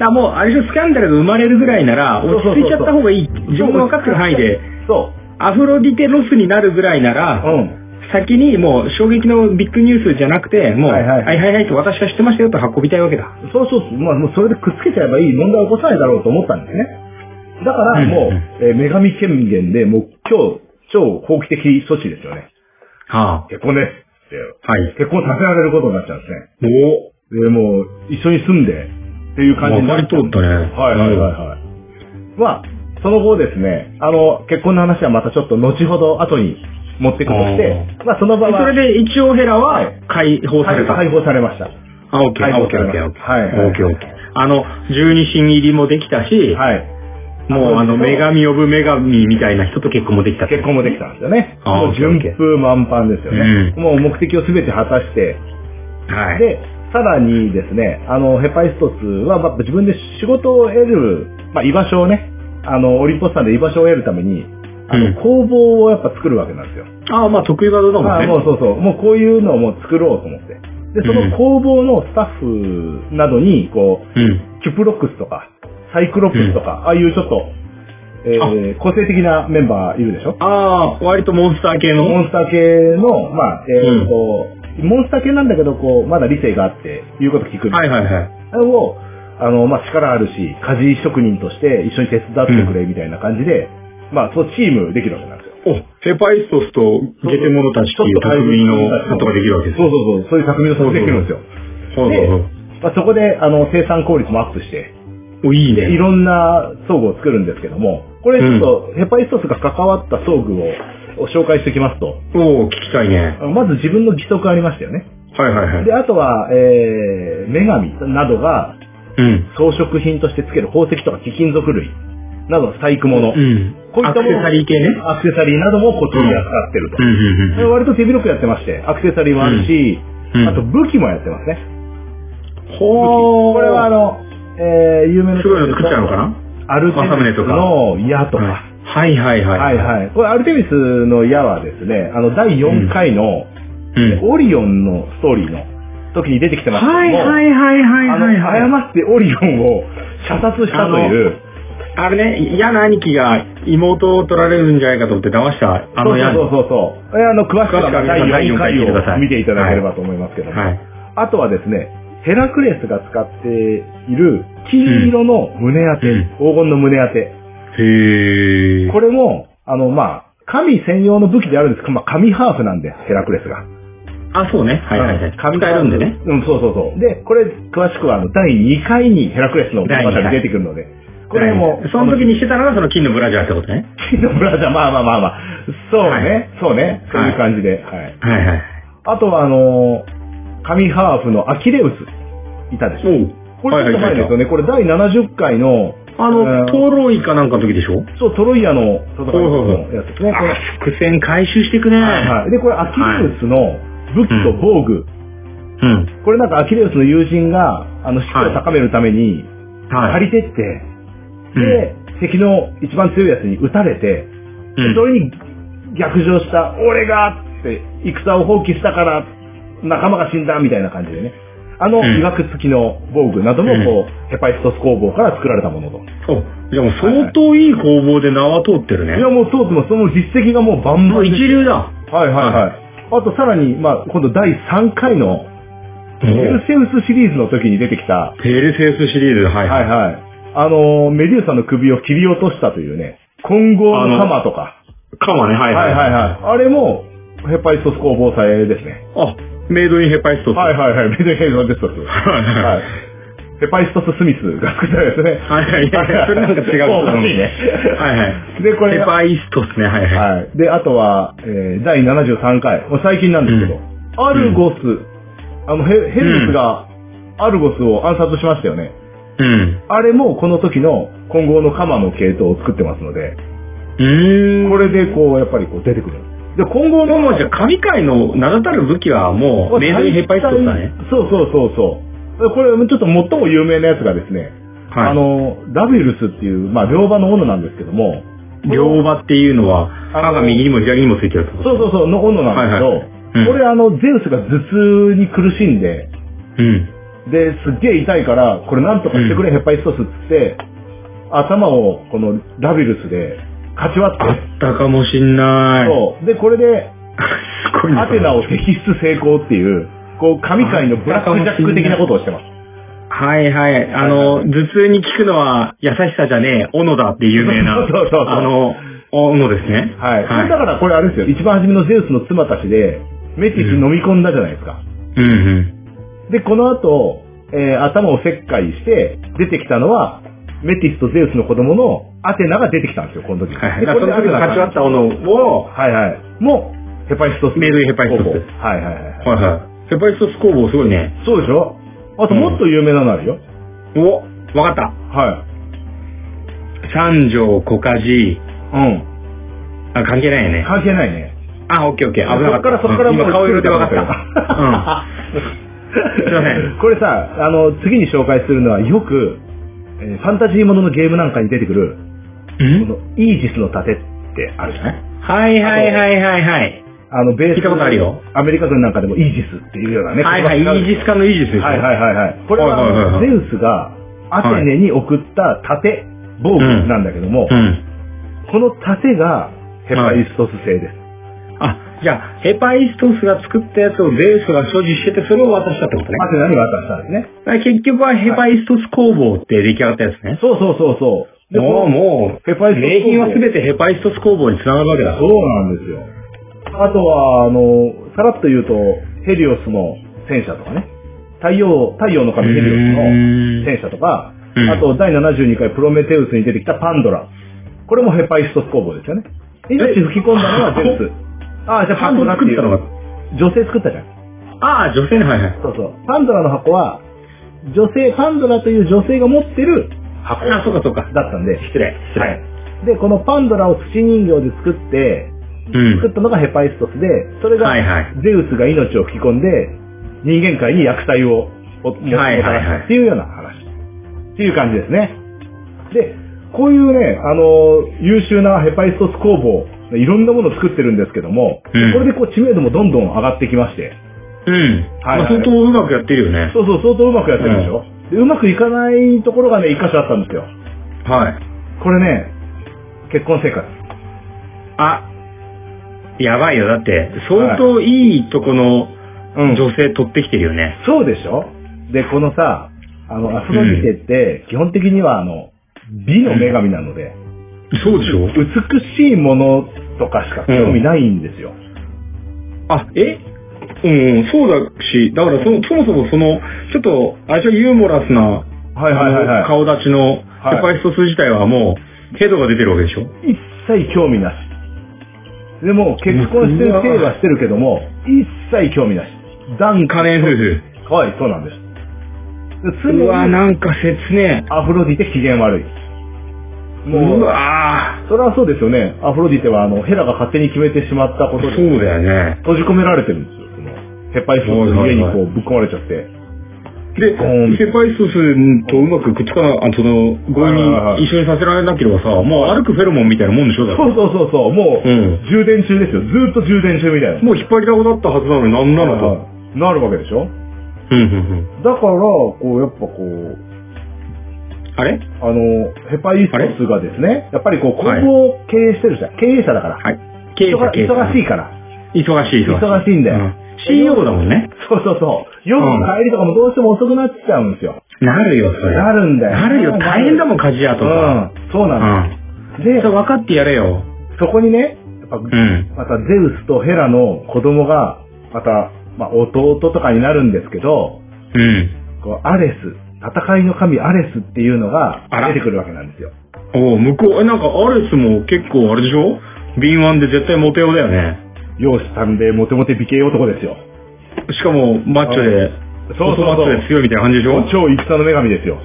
[SPEAKER 3] らもう、あれでしょスキャンダルが生まれるぐらいなら、
[SPEAKER 2] そう
[SPEAKER 3] 落
[SPEAKER 2] そうそうそう
[SPEAKER 3] ち着いちゃった方がいい。自分の分かってる範囲で、
[SPEAKER 2] そ
[SPEAKER 3] アフロディテロスになるぐらいな
[SPEAKER 2] う。
[SPEAKER 3] ら、
[SPEAKER 2] うん。
[SPEAKER 3] 先にもう衝撃のビッグニュースじゃなくて、もう、は
[SPEAKER 2] はいい
[SPEAKER 3] は
[SPEAKER 2] はいい
[SPEAKER 3] はいと私は知ってましたよと運びたいわけだ。
[SPEAKER 2] そうそう。まあ、もうそれでくっつけちゃえばいい問題を起こさないだろうと思ったんですね。だから、もう、
[SPEAKER 3] うん
[SPEAKER 2] えー女神権限で、もう今日、超法規的措置ですよね。
[SPEAKER 3] は
[SPEAKER 2] 結婚ですって。
[SPEAKER 3] あ、はい。
[SPEAKER 2] 結婚させられることになっちゃうんですね。
[SPEAKER 3] お
[SPEAKER 2] で、もう、一緒に住んで、っていう感じ
[SPEAKER 3] 分
[SPEAKER 2] に
[SPEAKER 3] か
[SPEAKER 2] な
[SPEAKER 3] り通ったね。
[SPEAKER 2] はいはいはいはい。まあ、その後ですね、あの、結婚の話はまたちょっと後ほど後に持っていくとして、まあその場
[SPEAKER 3] で
[SPEAKER 2] は
[SPEAKER 3] それで一応ヘラは解放された。
[SPEAKER 2] 解放されました。
[SPEAKER 3] あ、オッケー、
[SPEAKER 2] 解
[SPEAKER 3] あオッ
[SPEAKER 2] 放
[SPEAKER 3] ケ
[SPEAKER 2] さ
[SPEAKER 3] ー、
[SPEAKER 2] れ
[SPEAKER 3] オッ
[SPEAKER 2] ま
[SPEAKER 3] ケ
[SPEAKER 2] し
[SPEAKER 3] ー、
[SPEAKER 2] たはい
[SPEAKER 3] オッケー。オッケー、オッケー。あの、十二神入りもできたし、
[SPEAKER 2] はい。
[SPEAKER 3] もうあの、
[SPEAKER 2] そうです
[SPEAKER 3] 女神呼ぶ女神みたいな人と結婚もできた。
[SPEAKER 2] 結婚もできたんですよね。
[SPEAKER 3] あー
[SPEAKER 2] もう順風満帆ですよね。もう目的を全て果たして、
[SPEAKER 3] はい。
[SPEAKER 2] で、さらにですね、あの、ヘパイストスは、まあ、自分で仕事を得る、まあ、居場所をね、あの、オリンポスさんで居場所を得るために、あ
[SPEAKER 3] うん
[SPEAKER 2] の、工房をやっぱ作るわけなんですよ。
[SPEAKER 3] ああ、まあ得意技だもんね。
[SPEAKER 2] あもうそうそう。もうこういうのをもう作ろうと思って。で、その工房のスタッフなどに、こ
[SPEAKER 3] うん。
[SPEAKER 2] う、キュプロックスとか、サイクロプスとか、ああいうちょっと、えー、個性的なメンバーいるでしょ
[SPEAKER 3] ああ、割とモンスター系の。
[SPEAKER 2] モンスター系の、まあ、えーこう、モンスター系なんだけど、こう、まだ理性があって、言うこと聞くみた
[SPEAKER 3] はいい
[SPEAKER 2] な。
[SPEAKER 3] はいはい。
[SPEAKER 2] あれを、あの、まあ、力あるし、家事職人として一緒に手伝ってくれ、みたいな感じで、まあ、そう、チームできるわけなんですよ。
[SPEAKER 3] お、ヘパイストスとゲテモノたちっていう匠のことができるわけです
[SPEAKER 2] そうそうそう、そういう匠のことできるんですよ。
[SPEAKER 3] ほうほうほう
[SPEAKER 2] まあ、そこで、あの、生産効率もアップして、
[SPEAKER 3] お、いい
[SPEAKER 2] でい
[SPEAKER 3] ね。
[SPEAKER 2] ろんな装具を作るんですけども、これちょっと、ヘパイストスが関わった装具を紹介しておきますと、
[SPEAKER 3] おお、聞きたいね。
[SPEAKER 2] まず自分の義足ありましたよね。
[SPEAKER 3] はいはいはい。
[SPEAKER 2] で、あとは、えー、女神などが
[SPEAKER 3] うん。
[SPEAKER 2] 装飾品としてつける宝石とか貴金属類などの細工物、
[SPEAKER 3] うん。
[SPEAKER 2] こうい
[SPEAKER 3] ア
[SPEAKER 2] った
[SPEAKER 3] ク
[SPEAKER 2] もの
[SPEAKER 3] セサリー系ね。
[SPEAKER 2] アクセサリーなどもこっちで扱ってると
[SPEAKER 3] うん。うん
[SPEAKER 2] で
[SPEAKER 3] うん。
[SPEAKER 2] 割と手広くやってまして、アクセサリーもあるし、
[SPEAKER 3] うんうん
[SPEAKER 2] あと武器もやってますね。
[SPEAKER 3] ほー。
[SPEAKER 2] これはあの、えー、有名な
[SPEAKER 3] すごいの作っちゃうのかな
[SPEAKER 2] アルテミスの矢とか。
[SPEAKER 3] はいはいはい。
[SPEAKER 2] はいはい。これアルテミスの矢はですね、あの、第4回の、
[SPEAKER 3] うん。
[SPEAKER 2] オリオンのストーリーの時に出てきてますけども、
[SPEAKER 3] はいはいはいはい
[SPEAKER 2] あ
[SPEAKER 3] はいはい。
[SPEAKER 2] の、誤ってオリオンを射殺したという、
[SPEAKER 3] あれね、嫌な兄貴が妹を取られるんじゃないかと思って騙した、あの矢。
[SPEAKER 2] そうそうそうそう。えあの、詳しくは
[SPEAKER 3] 詳しくは
[SPEAKER 2] 第
[SPEAKER 3] 皆さん第
[SPEAKER 2] 4
[SPEAKER 3] 四
[SPEAKER 2] 回
[SPEAKER 3] 回聞いてください
[SPEAKER 2] を見ていただければと思いますけども、
[SPEAKER 3] はい。
[SPEAKER 2] あとはですね、ヘラクレスが使っている金色の胸当て、
[SPEAKER 3] うん
[SPEAKER 2] 黄金の胸当て、
[SPEAKER 3] へー。
[SPEAKER 2] これも、あの、まあ、神専用の武器であるんですけど、まあ、神ハーフなんで、ヘラクレスが。
[SPEAKER 3] あ、そうね。はいはいはい。
[SPEAKER 2] 神
[SPEAKER 3] 使えるんでね。。
[SPEAKER 2] うん、そうそうそう。で、これ、詳しくは、あの、第2回にヘラクレスの物語出てくるので、これも、
[SPEAKER 3] その時にしてたのがその金のブラジャーってことね。
[SPEAKER 2] 金のブラジャー、まあまあまあまあ、そうね、
[SPEAKER 3] はい
[SPEAKER 2] そうね、そういう感じで、はい。
[SPEAKER 3] はいはい。
[SPEAKER 2] あとは、あのー、神ハーフのアキレウス、いたでしょ。これちょっと前ですよね、これ第70回の、
[SPEAKER 3] あ
[SPEAKER 2] う
[SPEAKER 3] の、
[SPEAKER 2] ん
[SPEAKER 3] トロイかなんかの時でしょ
[SPEAKER 2] そう、トロイアの戦いのやつですね。これ
[SPEAKER 3] あ、伏線回収してくね。
[SPEAKER 2] はいはい。で、これアキレウスの武器と防具、
[SPEAKER 3] うん。
[SPEAKER 2] これなんかアキレウスの友人が、あの、士気を高めるために、
[SPEAKER 3] はい。
[SPEAKER 2] 借りてって、で、敵の一番強いやつに撃たれて、
[SPEAKER 3] うん
[SPEAKER 2] それに逆上した、俺がって、戦を放棄したから、仲間が死んだみたいな感じでね。あの、
[SPEAKER 3] うん
[SPEAKER 2] 医学付きの防具なども、こう、ヘパイストス工房から作られたものと。
[SPEAKER 3] お、じゃあもう相当いい工房で名は通ってる
[SPEAKER 2] いや、
[SPEAKER 3] ね。
[SPEAKER 2] もうそうですもうその実績がもうバン
[SPEAKER 3] も
[SPEAKER 2] バ
[SPEAKER 3] う
[SPEAKER 2] ン
[SPEAKER 3] 一
[SPEAKER 2] です。
[SPEAKER 3] 流だ。
[SPEAKER 2] はいはいはい。あとさらに、まあ、今度第3回の、
[SPEAKER 3] ペ
[SPEAKER 2] ペルセウスシリーズの時に出てきた、
[SPEAKER 3] ルセウスシリーズ、はい
[SPEAKER 2] はい
[SPEAKER 3] はい。
[SPEAKER 2] はい。あのー、メデューサの首を切り落としたというね、混合の鎌とか。
[SPEAKER 3] かもね、はい
[SPEAKER 2] はいはいはい。あれも、ヘパイストス工房祭ですね。
[SPEAKER 3] あ、メイドインヘパイストス。
[SPEAKER 2] はいはいはい。メデューサのデストス。
[SPEAKER 3] はいはい
[SPEAKER 2] はい。ヘパイストス・スミスが作ったやつね。
[SPEAKER 3] はいはいいやいやそれなんか違 う
[SPEAKER 2] おかしいね。
[SPEAKER 3] はいはい。
[SPEAKER 2] で、これ
[SPEAKER 3] ヘ、パイストスね、はいはい。
[SPEAKER 2] はい。で、あとは、えー第73回、もう最近なんですけど、
[SPEAKER 3] う
[SPEAKER 2] アルゴス、あの、ヘヘルメスが、アルゴスを暗殺しましたよね。
[SPEAKER 3] うん。
[SPEAKER 2] あれもこの時の混合の鎌の系統を作ってますので、
[SPEAKER 3] ーん。
[SPEAKER 2] これでこう、やっぱりこう出てくる。で、今後の、
[SPEAKER 3] もうじゃあ神界の名だたる武器はもう、メイドインヘッパイストだね。
[SPEAKER 2] そうそうそうそう。これ、ちょっと最も有名なやつがですね、
[SPEAKER 3] はい。
[SPEAKER 2] あ、の、ラビルスっていう、まあ、両場の斧なんですけども、
[SPEAKER 3] 両場っていうのは、
[SPEAKER 2] の
[SPEAKER 3] 歯が右にも左にもついてるってこと
[SPEAKER 2] そうそうそう、の斧なんですけど、
[SPEAKER 3] はいはいうん
[SPEAKER 2] これあの、ゼウスが頭痛に苦しんで、
[SPEAKER 3] うん。
[SPEAKER 2] で、すっげえ痛いから、これなんとかしてくれ、ヘッパイストスっつって、頭をこのラビルスで、かち割
[SPEAKER 3] あ
[SPEAKER 2] って、
[SPEAKER 3] ったかもしんない。
[SPEAKER 2] そう。で、これで、
[SPEAKER 3] すごいね
[SPEAKER 2] アテナを摘出成功っていう、こう、神界のブラックジャック的なことをしてます。
[SPEAKER 3] はいはい。あの、頭痛に効くのは優しさじゃねえ、斧だって有名な。
[SPEAKER 2] そうそうそうそう
[SPEAKER 3] あの、斧ですね。
[SPEAKER 2] はい。
[SPEAKER 3] はい
[SPEAKER 2] だからこれあれですよ、一番初めのゼウスの妻たちで、メティス飲み込んだじゃないですか。
[SPEAKER 3] うんうん。
[SPEAKER 2] で、この後、えー頭を切開して、出てきたのは、メティスとゼウスの子供のアテナが出てきたんですよ、この時。
[SPEAKER 3] はいはい。
[SPEAKER 2] で
[SPEAKER 3] だ
[SPEAKER 2] こ
[SPEAKER 3] か
[SPEAKER 2] れ
[SPEAKER 3] らその時
[SPEAKER 2] でアテナ
[SPEAKER 3] 勝ち割った斧を、は
[SPEAKER 2] はいはい。もう、ヘパイストス。
[SPEAKER 3] メイドインヘパイストス
[SPEAKER 2] 工房はいはいはい。
[SPEAKER 3] いはい。ヘパイストス工房すごいね。
[SPEAKER 2] そうでしょあともっと有名なのあるよ。
[SPEAKER 3] お、わかった。
[SPEAKER 2] は
[SPEAKER 3] 三条小梶。
[SPEAKER 2] い。うん。
[SPEAKER 3] あ、関係ないよね。
[SPEAKER 2] 関係ないね。
[SPEAKER 3] あ、オッケーオッケー。危なかった。
[SPEAKER 2] そっからそっからもう
[SPEAKER 3] うん今顔色でわかった。うん。すいません。
[SPEAKER 2] これさ、あの、次に紹介するのはよく、えーファンタジーもののゲームなんかに出てくる、 このイージスの盾ってあるじゃない
[SPEAKER 3] はいはいはいはいはい。
[SPEAKER 2] あの、ベース
[SPEAKER 3] 聞いたことあるよ。
[SPEAKER 2] アメリカ軍なんかでもイージスっていうようなね。
[SPEAKER 3] はいはい、イ
[SPEAKER 2] 言葉がある
[SPEAKER 3] ージス艦のイージスでしょ。
[SPEAKER 2] はいはいはいはい。これは、
[SPEAKER 3] はいはいはいはい
[SPEAKER 2] ゼウスがアテネに送った盾、防具なんだけども、
[SPEAKER 3] うん。
[SPEAKER 2] この盾がヘパイストス製です。
[SPEAKER 3] あ、じゃあ、ヘパイストスが作ったやつをベースが所持してて、それを渡したってことね。
[SPEAKER 2] アテナに渡したんですね。
[SPEAKER 3] だから結局はヘパイストス工房って出来上がったやつね。
[SPEAKER 2] そうそうそうそう。で
[SPEAKER 3] もう、
[SPEAKER 2] この
[SPEAKER 3] もう、
[SPEAKER 2] ヘパイストス工房
[SPEAKER 3] 名品は全てヘパイストス工房に繋がるわけだ。
[SPEAKER 2] そうなんですよ。あとは、あの、さらっと言うと、ヘリオスの戦車とかね。太陽、太陽の神ヘリオスの戦車とか
[SPEAKER 3] う、ん
[SPEAKER 2] あと第72回プロメテウスに出てきたパンドラ。これもヘパイストス工房ですよね。今吹き込んだのはゼウス。ああ、じゃあパンドラっていう。
[SPEAKER 3] 箱作っ
[SPEAKER 2] 女性作ったじゃん。
[SPEAKER 3] ああ、女性ね、はいはい。
[SPEAKER 2] そうそう。パンドラの箱は、女性、パンドラという女性が持ってる箱だ
[SPEAKER 3] あ、そうかそうか。
[SPEAKER 2] ったんで。
[SPEAKER 3] 失礼。失礼。
[SPEAKER 2] はい。で、このパンドラを土人形で作って、
[SPEAKER 3] うん
[SPEAKER 2] 作。ったのがヘパイストスで、それが、
[SPEAKER 3] はいはい
[SPEAKER 2] ゼウスが命を吹き込んで、人間界に薬体をおも
[SPEAKER 3] はいはいは
[SPEAKER 2] もたら
[SPEAKER 3] い
[SPEAKER 2] したっていうような話。っていう感じですね。で、こういうね、あの、優秀なヘパイストス工房、いろんなものを作ってるんですけども、
[SPEAKER 3] うん
[SPEAKER 2] これでこう知名度もどんどん上がってきまして、
[SPEAKER 3] うん。
[SPEAKER 2] はいはい
[SPEAKER 3] まあ相当うまくやってるよね。
[SPEAKER 2] そうそう、相当うまくやってるでしょ、うでうまくいかないところがね、一箇所あったんですよ。
[SPEAKER 3] はい。
[SPEAKER 2] これね、結婚生活。
[SPEAKER 3] あ、やばいよ。だって、相当いいとこの
[SPEAKER 2] うん
[SPEAKER 3] 女性取ってきてるよね。
[SPEAKER 2] そうでしょで、このさ、あの、アフロディテって、基本的にはあの、美の女神なので、
[SPEAKER 3] そうでしょ
[SPEAKER 2] 美しいものとかしか興味ないんですよ。
[SPEAKER 3] あ、えうん、そうだし、だからそのそもそもその、ちょっと、あれじゃユーモラスな、
[SPEAKER 2] はいはいはいはい
[SPEAKER 3] あの顔立ちの、ヘ
[SPEAKER 2] い
[SPEAKER 3] パイストス自体はもう、ヘドが出てるわけでしょ
[SPEAKER 2] 一切興味なし。でも、結婚してるせいはしてるけども、一切興味なし。男
[SPEAKER 3] 可燃夫婦。
[SPEAKER 2] 婦。はい、そうなんです。で常
[SPEAKER 3] うわ、
[SPEAKER 2] に
[SPEAKER 3] なんか切ね
[SPEAKER 2] アフロディテ機嫌悪い。
[SPEAKER 3] え。
[SPEAKER 2] も
[SPEAKER 3] う
[SPEAKER 2] う、
[SPEAKER 3] わ
[SPEAKER 2] それはそうですよね。アフロディテは、あの、ヘラが勝手に決めてしまったこと
[SPEAKER 3] そ
[SPEAKER 2] で。
[SPEAKER 3] うだよね。
[SPEAKER 2] 閉じ込められてるんですよ。その、ヘッパイストスの家にこうぶっ込まれちゃって。
[SPEAKER 3] で、
[SPEAKER 2] うん
[SPEAKER 3] ヘパイストスとうまくくっつかな、あのその、強
[SPEAKER 2] はいはいは
[SPEAKER 3] 引
[SPEAKER 2] い
[SPEAKER 3] に一緒にさせられなければさ、もう歩くフェロモンみたいなもんでしょだって
[SPEAKER 2] そうそうそうそう、もう、
[SPEAKER 3] うん
[SPEAKER 2] 充電中ですよ。ずーっと充電中みたいな。
[SPEAKER 3] もう引っ張りだこだったはずなのになんなのと。
[SPEAKER 2] はいなるわけでしょ
[SPEAKER 3] うんうん
[SPEAKER 2] だから、こう、やっぱこう、
[SPEAKER 3] うん。あれ
[SPEAKER 2] あの、ヘパイストスがですね、やっぱりこう、工房を経営してるじゃん。経営者だから。
[SPEAKER 3] はい。経営者
[SPEAKER 2] 忙
[SPEAKER 3] 経営者
[SPEAKER 2] 忙しいから。
[SPEAKER 3] 忙しい、忙しい。
[SPEAKER 2] 忙しいんだよ
[SPEAKER 3] う CEO だもんね。
[SPEAKER 2] そうそうそう。夜の帰りとかもどうしても遅くなっちゃうんですよ。
[SPEAKER 3] なるよ、それ。
[SPEAKER 2] なるんだよ。
[SPEAKER 3] なるよ、大変だもん、家事やと
[SPEAKER 2] う
[SPEAKER 3] か。
[SPEAKER 2] ん。そう
[SPEAKER 3] う
[SPEAKER 2] なん
[SPEAKER 3] ん。
[SPEAKER 2] です。で
[SPEAKER 3] それ、分かってやれよ。
[SPEAKER 2] そこにね、やっぱ
[SPEAKER 3] うん。
[SPEAKER 2] またゼウスとヘラの子供が、また、まあ、弟とかになるんですけど、
[SPEAKER 3] うん。
[SPEAKER 2] こうアレス、戦いの神アレスっていうのが
[SPEAKER 3] あら
[SPEAKER 2] 出てくるわけなんですよ。
[SPEAKER 3] おう向こう、え、なんか、アレスも結構、あれでしょ敏腕で絶対モテようだよね。
[SPEAKER 2] 容姿端麗モテモテ美形男ですよ。
[SPEAKER 3] しかも、マッチョで、
[SPEAKER 2] そうそうそう
[SPEAKER 3] マッチョで強いみたいな感じでしょ
[SPEAKER 2] 超戦の女神ですよ。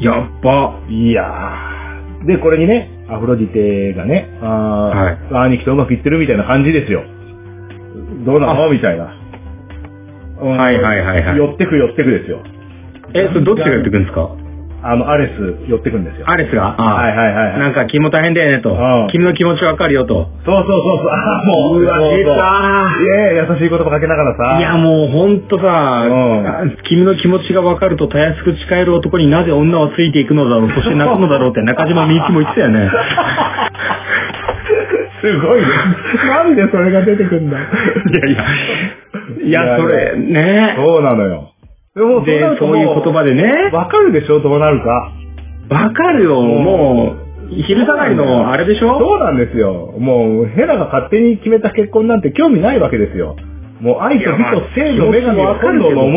[SPEAKER 3] やっば。
[SPEAKER 2] いやー。で、これにね、アフロディテがね、あー兄貴とうまくいってるみたいな感じですよ。どうなのみたいな。うん
[SPEAKER 3] はいはいはいはい
[SPEAKER 2] 寄ってく寄ってくですよ。
[SPEAKER 3] え、それどっちがやってくんですか
[SPEAKER 2] あの、アレス寄ってくんですよ。
[SPEAKER 3] アレスがあ
[SPEAKER 2] はいはいはいはい
[SPEAKER 3] なんか、君も大変だよね
[SPEAKER 2] う
[SPEAKER 3] と
[SPEAKER 2] ん。
[SPEAKER 3] 君の気持ちわかるよと。
[SPEAKER 2] そうそうそうそう。ああ、もう。
[SPEAKER 3] うわ
[SPEAKER 2] そうそう
[SPEAKER 3] 出た
[SPEAKER 2] いやいや優しい言葉かけながらさ。
[SPEAKER 3] いや、もうほんとさ
[SPEAKER 2] うん、
[SPEAKER 3] 君の気持ちがわかるとたやすく誓える男になぜ女はついていくのだろう、そして泣くのだ ろうって中島みゆきも言ってたよね。
[SPEAKER 2] すごい ね。なんでそれが出てくんだ。
[SPEAKER 3] いやいや、いや、それ、ね。
[SPEAKER 2] そうなのよ。でも
[SPEAKER 3] で、そういう言葉
[SPEAKER 2] で。
[SPEAKER 3] でね、
[SPEAKER 2] わかるでしょ、どうなるか。
[SPEAKER 3] わかるよ、
[SPEAKER 2] ん
[SPEAKER 3] もう、昼下がりのあれでしょ
[SPEAKER 2] そうなんですよ。もう、ヘラが勝手に決めた結婚なんて興味ないわけですよ。もう愛と美と性の女神は今度の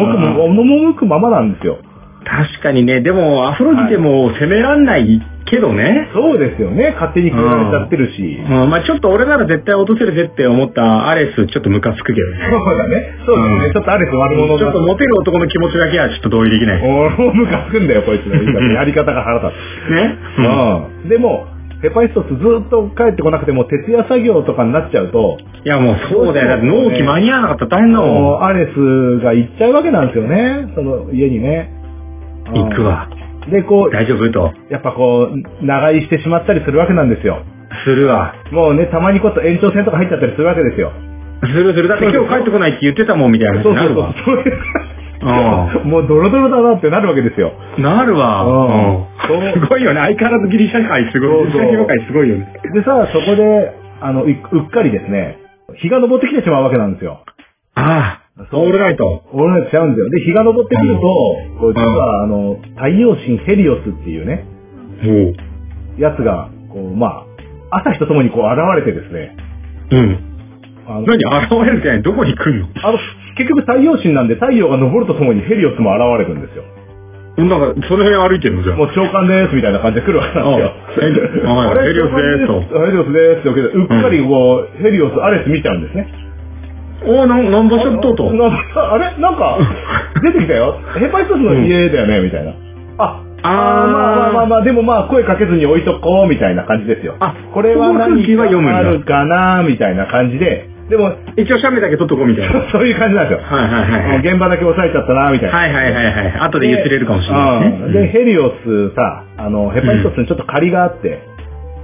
[SPEAKER 2] 赴くままなんですよ。
[SPEAKER 3] 確かにね、でも、アフロディテも責めらんないけどね。
[SPEAKER 2] そうですよね。勝手に決められちゃってるし。
[SPEAKER 3] うん、まあちょっと俺なら絶対落とせるぜって思ったアレス、ちょっとムカつくけどね。
[SPEAKER 2] そうだね。そうだね。
[SPEAKER 3] うん
[SPEAKER 2] ちょっとあれス悪者
[SPEAKER 3] ちょっとモテる男の気持ちだけはちょっと同意できない。ね。
[SPEAKER 2] 俺もムカつくんだよ、こいつの言い方。 やり方が腹立つ。
[SPEAKER 3] うん
[SPEAKER 2] うん。でも、ヘパイストスずっと帰ってこなくても、徹夜作業とかになっちゃうと、
[SPEAKER 3] いやもうそうだよ。だって納期間に合わなかったら大変だもん。
[SPEAKER 2] もうアレスが行っちゃうわけなんですよね。その家にね。うん
[SPEAKER 3] 行く。わ。
[SPEAKER 2] で、こう、
[SPEAKER 3] 大丈夫と。
[SPEAKER 2] やっぱこう、長居してしまったりするわけなんですよ。
[SPEAKER 3] するわ。
[SPEAKER 2] もうね、たまにこそ延長戦とか入っちゃったりするわけですよ。
[SPEAKER 3] するする。だって今日帰ってこないって言ってたもんみたいな話
[SPEAKER 2] そ
[SPEAKER 3] に
[SPEAKER 2] うそ
[SPEAKER 3] な
[SPEAKER 2] う
[SPEAKER 3] るわ。
[SPEAKER 2] そう。もうドロドロだなってなるわけですよ。
[SPEAKER 3] なるわ。
[SPEAKER 2] うん
[SPEAKER 3] うんすごいよね。相変わらずギリシャ界すご
[SPEAKER 2] そう
[SPEAKER 3] い。ギ
[SPEAKER 2] そう
[SPEAKER 3] リシャ業界すごいよね。
[SPEAKER 2] でさ、そこで、あの、ううっかりですね、日が昇ってきてしまうわけなんですよ。
[SPEAKER 3] ああ、
[SPEAKER 2] そう
[SPEAKER 3] オールライト。
[SPEAKER 2] 俺らちゃうんですよ。で、日が昇ってくると、こう実は、あの、太陽神ヘリオスっていうね、
[SPEAKER 3] おう
[SPEAKER 2] やつが、こう、まあ、朝日とともにこう現れてですね、
[SPEAKER 3] うん。
[SPEAKER 2] あの、
[SPEAKER 3] 何現れるってないどこに来んの
[SPEAKER 2] あの結局太陽神なんで太陽が昇るとともにヘリオスも現れるんですよ。
[SPEAKER 3] なんか、その辺歩いてるのじゃん。
[SPEAKER 2] もう長官ですみたいな感じで来るわけなんですよ。
[SPEAKER 3] ああ
[SPEAKER 2] あれ
[SPEAKER 3] ヘリオスですと
[SPEAKER 2] ヘリオスですって言うけど、うっかりこう、ヘリオス、アレス見ちゃうんですね。
[SPEAKER 3] おお、なん、なんぼしょっとうと。
[SPEAKER 2] なんかあれなんか、出てきたよ。ヘパイストスの家だよねみたいな。あ、ー
[SPEAKER 3] あー
[SPEAKER 2] まあまあまあまあ、でもまあ声かけずに置いとこうみたいな感じですよ。
[SPEAKER 3] あ
[SPEAKER 2] これは何
[SPEAKER 3] その空気は読むんだ
[SPEAKER 2] かあるかなみたいな感じで。でも、
[SPEAKER 3] 一応写メだけ撮っとこうみた いな。
[SPEAKER 2] そういう感じなんですよ。
[SPEAKER 3] はいはいはいはい。
[SPEAKER 2] 現場だけ押さえちゃったなみたいな。
[SPEAKER 3] はいはいはいはい。後で譲れるかもしれない
[SPEAKER 2] うんで、
[SPEAKER 3] ね。
[SPEAKER 2] ヘリオスさ、あの、ヘパイストスにちょっと借りがあって、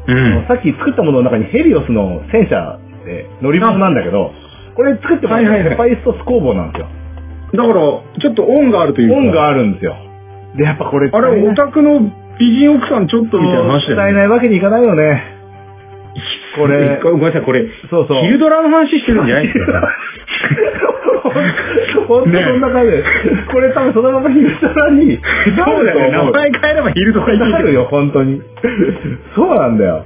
[SPEAKER 3] うん。うん
[SPEAKER 2] さっき作ったものの中にヘリオスの戦車で乗り物なんだけど、これ作ってもらったの
[SPEAKER 3] はいはいはい
[SPEAKER 2] ヘパイストス工房なんですよ。
[SPEAKER 3] だから、ちょっと恩があるというか。
[SPEAKER 2] 本があるんですよ。で、やっぱこれ、
[SPEAKER 3] あれ、オ
[SPEAKER 2] た
[SPEAKER 3] タクの美人奥さんちょっとみたいな話だ
[SPEAKER 2] 使
[SPEAKER 3] よ
[SPEAKER 2] え
[SPEAKER 3] ね。
[SPEAKER 2] ないわけにいかないよね。これ
[SPEAKER 3] ごめんなさい、これ、
[SPEAKER 2] そうそう。
[SPEAKER 3] ヒ ルドラの話してるんじゃないんですよ。
[SPEAKER 2] 本当そんな感じで。これ多分そのままヒルドラに、
[SPEAKER 3] そうだよね、名
[SPEAKER 2] な
[SPEAKER 3] 前変えればヒルドラにな
[SPEAKER 2] るよ、本当に。そうなんだよ。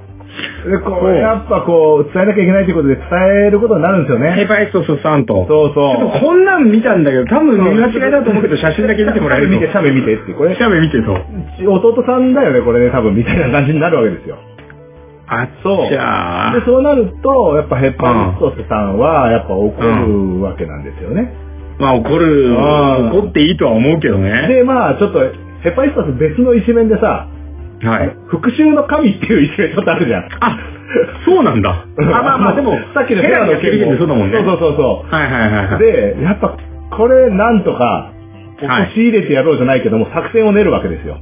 [SPEAKER 2] で、こ
[SPEAKER 3] うん
[SPEAKER 2] う、やっぱこう、伝えなきゃいけないということで伝えることになるんですよ
[SPEAKER 3] ヘ
[SPEAKER 2] ね。
[SPEAKER 3] パイストスさんと。
[SPEAKER 2] そうそう。
[SPEAKER 3] ちょっとこんなん見たんだけど、多分見間違いだと思うけど、写真だけ見てもらえる
[SPEAKER 2] 見て、
[SPEAKER 3] と。
[SPEAKER 2] 写メ見てって。これ、
[SPEAKER 3] 写メ見てと。
[SPEAKER 2] 弟さんだよね、これね、多分、みたいな感じになるわけですよ。
[SPEAKER 3] あ、
[SPEAKER 2] そう
[SPEAKER 3] じゃあ
[SPEAKER 2] で、。そうなると、やっぱヘッパリストスさんは、やっぱ怒るわけなんですよね。
[SPEAKER 3] まあ怒る、
[SPEAKER 2] うん
[SPEAKER 3] 怒っていいとは思うけどね。
[SPEAKER 2] で、まあ、ちょっと、ヘッパリストス別の一面でさ、
[SPEAKER 3] はい。
[SPEAKER 2] 復讐の神っていう一面ちょっとあるじゃん。
[SPEAKER 3] あ、そうなん だ。あ、まあまあ、でも、
[SPEAKER 2] さっきのヘラの
[SPEAKER 3] ヘラの権利でそうだもんね
[SPEAKER 2] そうそうそうそ
[SPEAKER 3] はいはいはいは
[SPEAKER 2] う。
[SPEAKER 3] い。
[SPEAKER 2] で、やっぱ、これ、なんとか、押し入れてやろうじゃないけども、作戦を練るわけですよ。